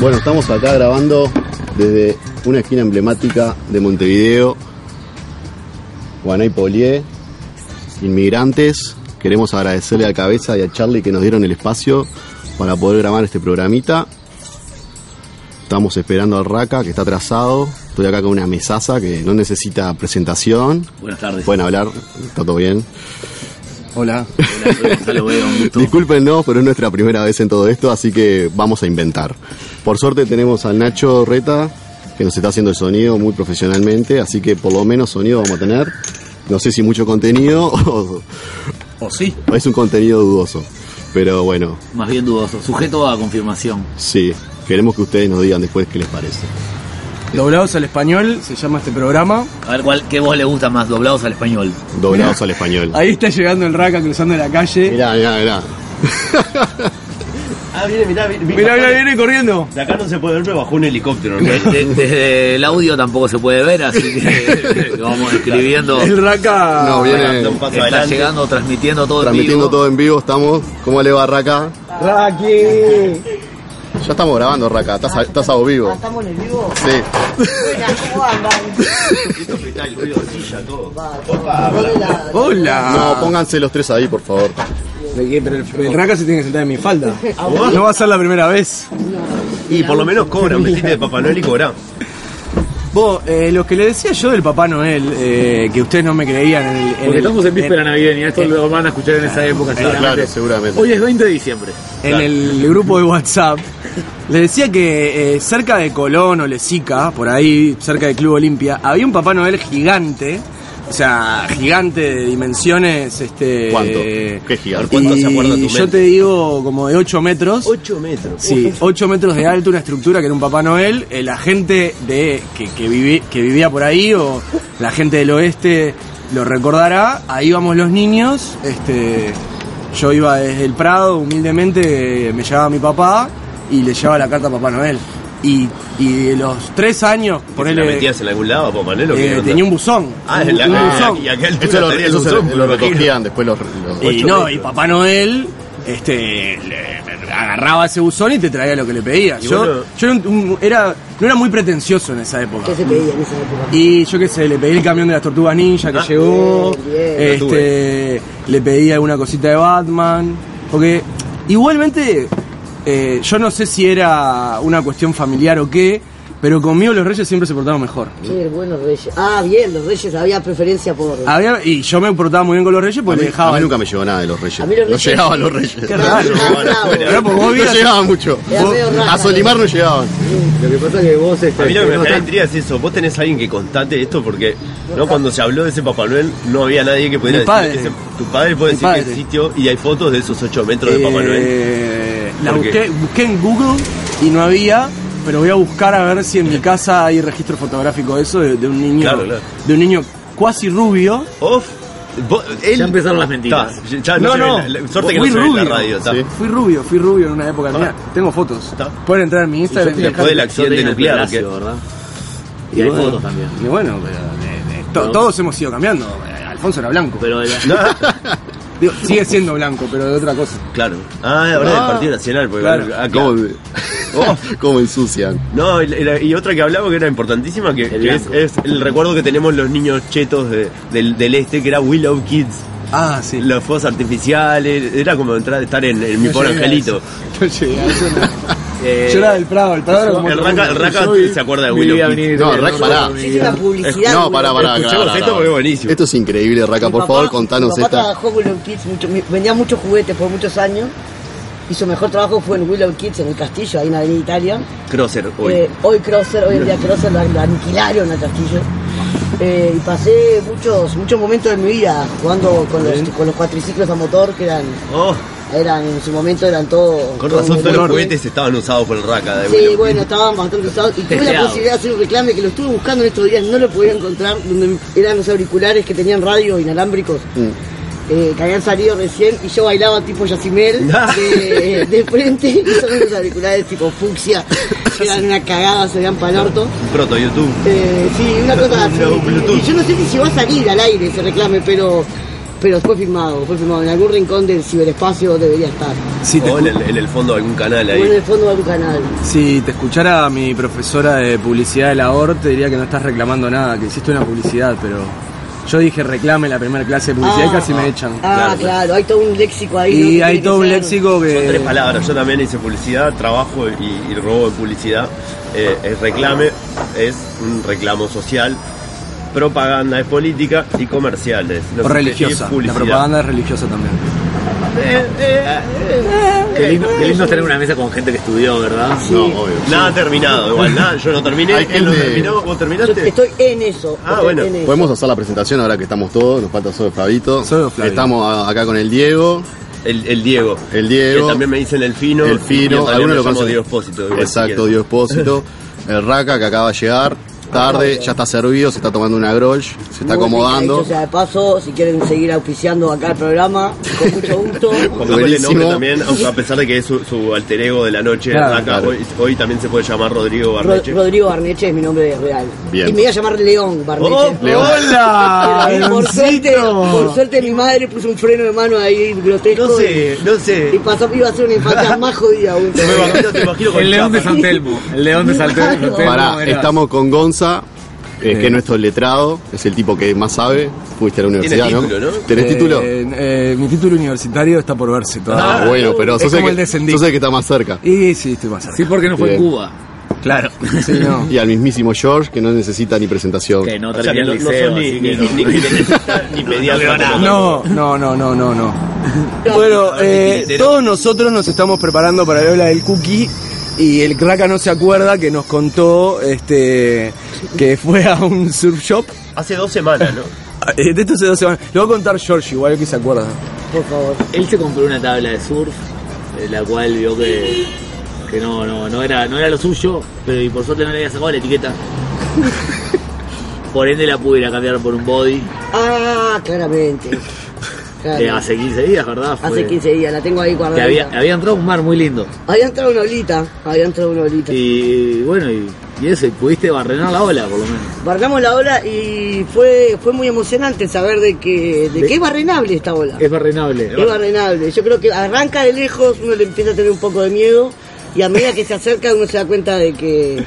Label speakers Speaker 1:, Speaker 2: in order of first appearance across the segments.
Speaker 1: Bueno, estamos acá grabando desde una esquina emblemática de Montevideo, Guanay Polié, inmigrantes. Queremos agradecerle a Cabeza y a Charlie que nos dieron el espacio para poder grabar este programita. Estamos esperando al Raka, que está atrasado. Estoy acá con una mesaza que no necesita presentación.
Speaker 2: Buenas tardes.
Speaker 1: Pueden hablar, está todo bien.
Speaker 3: Hola.
Speaker 2: Hola, soy Gonzalo Vega, un gusto.
Speaker 1: Discúlpenos, pero es nuestra primera vez en todo esto, así que vamos a inventar. Por suerte tenemos al Nacho Reta, que nos está haciendo el sonido muy profesionalmente, así que por lo menos sonido vamos a tener. No sé si mucho contenido o,
Speaker 2: O sí,
Speaker 1: o es un contenido dudoso, pero bueno,
Speaker 2: más bien dudoso. Sujeto a confirmación.
Speaker 1: sí, queremos que ustedes nos digan después qué les parece.
Speaker 3: Doblados al español se llama este programa.
Speaker 2: A ver, ¿cuál, ¿qué voz le gusta más? Doblados al español.
Speaker 1: Doblados al español.
Speaker 3: Ahí está llegando el Raka cruzando la calle.
Speaker 1: Mirá, mirá, mirá.
Speaker 4: Ah, viene, mirá, viene.
Speaker 3: Mirá, mirá, viene corriendo.
Speaker 4: De acá no se puede ver, pero bajó un helicóptero. ¿no?
Speaker 2: De- de- Desde el audio tampoco se puede ver, así que lo vamos escribiendo.
Speaker 3: El Raka.
Speaker 1: No, viene
Speaker 4: Un paso
Speaker 2: Eh, Está
Speaker 4: adelante.
Speaker 2: llegando, transmitiendo todo en
Speaker 1: transmitiendo
Speaker 2: vivo.
Speaker 1: todo en vivo, estamos. ¿Cómo le va Raka?
Speaker 3: Raki.
Speaker 1: Ya estamos grabando, Raka, estás a, estás a vivo.
Speaker 5: ¿Estamos en el vivo?
Speaker 1: Sí.
Speaker 5: Buena, ¿cómo andan? Hola.
Speaker 3: Hola.
Speaker 1: No, pónganse los tres ahí, por favor.
Speaker 3: El Raka se tiene que sentar en mi falda. No va a ser la primera vez.
Speaker 4: Y por lo menos cobran, metiste de Papá Noel y cobran.
Speaker 3: Vos, eh, lo que le decía yo del Papá Noel, eh, que ustedes no me creían en el. en
Speaker 6: Porque
Speaker 3: el-
Speaker 6: estamos en víspera navideña, esto lo van a escuchar en esa época
Speaker 1: Claro,
Speaker 6: seguramente.
Speaker 1: seguramente.
Speaker 6: Hoy es 20 de diciembre.
Speaker 3: en el grupo de WhatsApp, le decía que eh, cerca de Colón o Lesica, por ahí, cerca del Club Olimpia, había un Papá Noel gigante. O sea, gigante de dimensiones, este...
Speaker 1: ¿Cuánto? ¿Qué gigante?
Speaker 4: ¿Cuánto se acuerda tu
Speaker 3: y yo
Speaker 4: mente?
Speaker 3: te digo como de 8 metros.
Speaker 4: 8 metros.
Speaker 3: Sí, 8 metros de alto, una estructura que era un Papá Noel. eh, la gente de, que, que, vivi- que vivía por ahí o la gente del oeste lo recordará. Ahí vamos los niños. Este, yo iba desde el Prado, humildemente eh, me llevaba mi papá y le llevaba la carta a Papá Noel. Y, y de los 3 años,
Speaker 4: ¿Por
Speaker 3: ponele,
Speaker 4: ¿La metías en algún lado a Papá Noel o
Speaker 3: eh,
Speaker 4: qué onda?
Speaker 3: tenía un buzón.
Speaker 4: Ah,
Speaker 3: un,
Speaker 4: en la
Speaker 3: un
Speaker 4: ah,
Speaker 3: buzón.
Speaker 4: y a qué altura
Speaker 1: Eso lo,
Speaker 4: tenía el
Speaker 1: eso se-
Speaker 4: buzón,
Speaker 1: lo
Speaker 4: me lo imagino.
Speaker 1: recogían, después los, los-
Speaker 3: Y
Speaker 4: Ocho
Speaker 3: no,
Speaker 4: metros.
Speaker 3: y Papá Noel este le- le agarraba ese buzón y te traía lo que le pedías.
Speaker 4: Y
Speaker 3: Yo,
Speaker 4: bueno.
Speaker 3: yo era un- un- era, no era muy pretencioso en esa época.
Speaker 5: ¿Qué se pedía en esa época?
Speaker 3: Y yo qué sé, le pedí el camión de las tortugas ninja que
Speaker 4: Ah,
Speaker 3: llegó.
Speaker 5: bien, bien.
Speaker 4: Lo
Speaker 3: Este, le pedí alguna cosita de Batman. Porque igualmente, eh, yo no sé si era una cuestión familiar o qué, pero conmigo los reyes siempre se portaron mejor.
Speaker 5: Che, buenos reyes. Ah, bien, los reyes había preferencia por.
Speaker 3: Había, y yo me portaba muy bien con los reyes
Speaker 1: A
Speaker 3: porque
Speaker 1: mí,
Speaker 3: le
Speaker 1: a
Speaker 3: dejaba.
Speaker 1: mí nunca me llegó nada de los reyes.
Speaker 5: A mí los
Speaker 1: No
Speaker 5: Reyes-
Speaker 1: llegaban los reyes.
Speaker 3: Qué raro.
Speaker 5: Ah, bravo.
Speaker 3: Pero porque
Speaker 1: No
Speaker 3: vos vieras-
Speaker 1: llegaban mucho.
Speaker 5: Era
Speaker 1: Vos-
Speaker 5: medio raro.
Speaker 1: A Solimar no llegaban.
Speaker 7: Lo que pasa es que vos este,
Speaker 4: A mí lo que me
Speaker 7: no
Speaker 4: genera
Speaker 7: estás-
Speaker 4: intriga es eso. Vos tenés a alguien que constate esto porque no cuando se habló de ese Papá Noel no había nadie que pudiera
Speaker 3: Mi
Speaker 4: decir
Speaker 3: padre.
Speaker 4: que ese- tu padre puede
Speaker 3: Mi
Speaker 4: decir
Speaker 3: padre.
Speaker 4: que existió y hay fotos de esos 8 metros de Papá Noel.
Speaker 3: Eh, la
Speaker 4: ¿Por qué?
Speaker 3: busqué, busqué en Google y no había, pero voy a buscar a ver si en mi casa hay registro fotográfico de eso de, de un niño,
Speaker 4: Claro, claro.
Speaker 3: de un niño cuasi rubio.
Speaker 4: Off. Vos- él-
Speaker 6: Ya empezaron las mentiras.
Speaker 4: Ta, ya no,
Speaker 3: No,
Speaker 4: se ve
Speaker 3: no.
Speaker 4: la- la- Suerte que no
Speaker 3: Muy
Speaker 4: se ve en la
Speaker 3: rubio.
Speaker 4: radio. ta.
Speaker 1: Sí.
Speaker 3: Fui rubio, fui rubio en una época. Mirá, tengo fotos.
Speaker 4: Está.
Speaker 3: Pueden entrar en mi Instagram. y
Speaker 4: Después del
Speaker 3: acá-
Speaker 4: accidente
Speaker 6: Yo tenía el
Speaker 4: nuclear,
Speaker 6: Palacio,
Speaker 4: ¿qué?
Speaker 6: ¿verdad? Y hay
Speaker 3: bueno.
Speaker 6: fotos también.
Speaker 3: Y bueno, pero, eh, eh, to- todos hemos ido cambiando. Eh, Alfonso era blanco.
Speaker 6: Pero la-
Speaker 3: Digo, sigue siendo blanco, pero de otra cosa.
Speaker 4: Claro. Ah, la verdad, del Partido Nacional. Porque,
Speaker 3: Claro.
Speaker 4: Ah,
Speaker 1: ¿Cómo, me- cómo ensucian?
Speaker 4: No, y la- y otra que hablaba que era importantísima, que, que es,
Speaker 6: blanco.
Speaker 4: es el recuerdo que tenemos los niños chetos de- del, del este, que era Willow Kids.
Speaker 3: Ah, sí.
Speaker 4: Los fuegos artificiales, era como entrar, estar en, en mi
Speaker 3: No
Speaker 4: pobre
Speaker 3: llegué a
Speaker 4: angelito.
Speaker 3: eso. No llegué a eso, no.
Speaker 6: eh,
Speaker 3: Yo era del Prado, el Prado era como
Speaker 4: El
Speaker 3: otro
Speaker 4: Raka, el
Speaker 3: mundo.
Speaker 4: Raka
Speaker 6: yo vi-
Speaker 4: se acuerda de
Speaker 6: vi
Speaker 4: Willow
Speaker 6: a
Speaker 4: Kids.
Speaker 6: venir
Speaker 1: No,
Speaker 6: de-
Speaker 1: Rack, pará.
Speaker 6: de-
Speaker 5: Se hizo una publicidad.
Speaker 1: No, pará, pará.
Speaker 4: Escuchemos
Speaker 1: pará, pará,
Speaker 4: esto
Speaker 1: pará.
Speaker 4: porque es buenísimo.
Speaker 1: Esto es increíble, Raka.
Speaker 5: Mi
Speaker 1: Por
Speaker 5: papá-
Speaker 1: favor, contanos
Speaker 5: mi papá
Speaker 1: esta.
Speaker 5: trabajó con Willow Kids, mucho- mi- vendía muchos juguetes por muchos años. Hizo mejor trabajo fue en Willow Kids, en el castillo, ahí en Avenida Italia.
Speaker 4: Crosser, hoy.
Speaker 5: Eh, hoy Crosser, hoy en día Crosser la, la aniquilaron al castillo. Eh, y pasé muchos muchos momentos de mi vida jugando con los, con los cuatriciclos a motor que eran,
Speaker 4: Oh,
Speaker 5: eran en su momento eran todo.
Speaker 4: con
Speaker 5: todo
Speaker 4: razón, todos los
Speaker 5: motor.
Speaker 4: juguetes estaban usados por el Raka de
Speaker 5: Sí,
Speaker 4: Willow
Speaker 5: bueno, estaban bastante usados. Y tuve la
Speaker 6: Testeados.
Speaker 5: posibilidad de hacer un reclame que lo estuve buscando en estos días, no lo podía encontrar, donde eran los auriculares que tenían radio inalámbricos.
Speaker 4: Mm.
Speaker 5: eh, que habían salido recién y yo bailaba tipo Yacimel de, de frente y son unos auriculares tipo fucsia que eran una cagada, se veían pa'l orto.
Speaker 4: Kids. Proto YouTube.
Speaker 5: Eh, sí, una cosa así.
Speaker 4: No, Bluetooth.
Speaker 5: Y yo no sé si llegó a salir al aire ese reclame, pero pero fue filmado, fue filmado. En algún rincón del ciberespacio debería estar.
Speaker 3: Si te,
Speaker 4: O en el, en el fondo de algún canal
Speaker 5: O
Speaker 4: ahí.
Speaker 5: en el fondo de algún canal.
Speaker 3: si te escuchara mi profesora de publicidad de la OR, te diría que no estás reclamando nada, que hiciste una publicidad, pero yo dije reclame la primera clase de publicidad y casi me echan.
Speaker 5: Ah, claro, hay todo un léxico ahí. ¿no?
Speaker 3: Y
Speaker 5: que
Speaker 3: hay
Speaker 5: tiene
Speaker 3: todo
Speaker 5: que
Speaker 3: un
Speaker 5: ser-
Speaker 3: léxico
Speaker 4: Son tres
Speaker 3: que...
Speaker 4: palabras. Yo también hice publicidad, trabajo y, y robo de publicidad. Eh, el reclame es un reclamo social. Propaganda es política y comerciales. No
Speaker 3: O
Speaker 4: sé qué, y
Speaker 3: religiosa, la
Speaker 4: publicidad.
Speaker 3: propaganda es religiosa también.
Speaker 4: Eh, eh, eh,
Speaker 6: Qué lindo, qué lindo estar en una mesa con gente que estudió, ¿verdad?
Speaker 1: No, obvio.
Speaker 4: Nada terminado, igual. Nada, yo no terminé.
Speaker 1: Hay
Speaker 4: él no
Speaker 1: gente-
Speaker 4: terminó. ¿Vos
Speaker 5: Yo
Speaker 4: terminaste?
Speaker 5: estoy en eso.
Speaker 4: Ah,
Speaker 5: estoy
Speaker 4: bueno.
Speaker 5: en eso.
Speaker 1: Podemos hacer la presentación ahora que estamos todos, nos falta solo Flavito.
Speaker 3: Solo Flavio.
Speaker 1: Estamos a- acá con el Diego,
Speaker 4: El, el Diego.
Speaker 1: El Diego.
Speaker 4: Que también me dicen el fino.
Speaker 1: el Fino,
Speaker 4: algunos
Speaker 1: algunos lo
Speaker 4: lo llamo
Speaker 1: conocen.
Speaker 4: Diego Espósito. igual, si
Speaker 1: Exacto,
Speaker 4: quieren.
Speaker 1: Diego Espósito, el Raka que acaba de llegar, tarde, ya está servido, se está tomando una grolch, se está
Speaker 5: Muy
Speaker 1: acomodando.
Speaker 5: rica, dicho sea de paso, si quieren seguir auspiciando acá el programa, con mucho gusto.
Speaker 4: Pongámosle
Speaker 1: Buenísimo.
Speaker 4: nombre también, aunque a pesar de que es su, su alter ego de la noche.
Speaker 3: Claro,
Speaker 4: acá
Speaker 1: claro.
Speaker 4: Hoy, hoy también se puede llamar Rodrigo
Speaker 5: Rod-
Speaker 4: Barreche.
Speaker 5: Rodrigo Barneche es mi nombre real.
Speaker 1: Bien.
Speaker 5: Y me iba a llamar León Barneche.
Speaker 4: ¡Oh,
Speaker 1: León.
Speaker 3: ¡Hola!
Speaker 5: Pero por, suerte, por
Speaker 3: ¡Leoncito!
Speaker 5: suerte mi madre puso un freno de mano ahí grotesco.
Speaker 4: no sé, no sé.
Speaker 5: Y pasó, iba a ser una infancia más jodida aún.
Speaker 4: Yo me imagino, te imagino con
Speaker 6: El león de
Speaker 4: chapa.
Speaker 6: San Telmo. El león de San Telmo. San Telmo
Speaker 1: Pará,
Speaker 6: era-
Speaker 1: estamos con Gonza, eh,
Speaker 3: Sí.
Speaker 1: que es nuestro letrado, es el tipo que más sabe, fuiste a la universidad,
Speaker 4: título, ¿no?
Speaker 1: ¿Tenés título?
Speaker 3: Eh, eh, mi título universitario está por verse todavía.
Speaker 1: Ah, bueno, pero
Speaker 3: Es
Speaker 1: sos el,
Speaker 3: como el
Speaker 1: que,
Speaker 3: descendido.
Speaker 1: sos el que está más cerca.
Speaker 3: Y sí, estoy más
Speaker 6: Sí,
Speaker 3: cerca.
Speaker 6: porque no fue en
Speaker 1: Bien.
Speaker 6: Cuba. Claro.
Speaker 3: Sí, no.
Speaker 1: Y al mismísimo George, que no necesita ni presentación.
Speaker 6: Que no
Speaker 4: O sea, que
Speaker 6: terminé
Speaker 4: no,
Speaker 6: el
Speaker 4: no
Speaker 6: liceo,
Speaker 4: son ni,
Speaker 6: así que
Speaker 4: ni,
Speaker 6: no.
Speaker 4: ni, ni periodista, ni pediatra. como-
Speaker 3: No, no, no, no, no, no. Bueno, eh, todos nosotros nos estamos preparando para la ola del cookie y el craca no se acuerda que nos contó este que fue a un surf shop.
Speaker 4: Hace dos semanas, ¿no?
Speaker 3: Eh, De esto se dos semanas. Lo va a contar George igual que se acuerda.
Speaker 5: Por favor.
Speaker 6: Él se compró una tabla de surf, eh, la cual vio que, que no, no, no era, no era lo suyo, pero y por suerte no le había sacado la etiqueta. Por ende la pude ir a cambiar por un body
Speaker 5: Ah, claramente. Claro.
Speaker 6: eh, hace 15 días, ¿verdad? Fue-
Speaker 5: Hace 15 días, la tengo ahí
Speaker 6: Que
Speaker 5: guardada.
Speaker 6: había, había entrado un mar muy lindo.
Speaker 5: Había entrado una olita, había entrado una olita.
Speaker 6: Y bueno, y, y eso, y pudiste barrenar la ola por lo menos.
Speaker 5: Barramos la ola y fue fue muy emocionante saber de que, de que es barrenable esta ola.
Speaker 6: Es barrenable.
Speaker 5: Es barrenable. Yo creo que arranca de lejos, uno le empieza a tener un poco de miedo y a medida que se acerca uno se da cuenta de que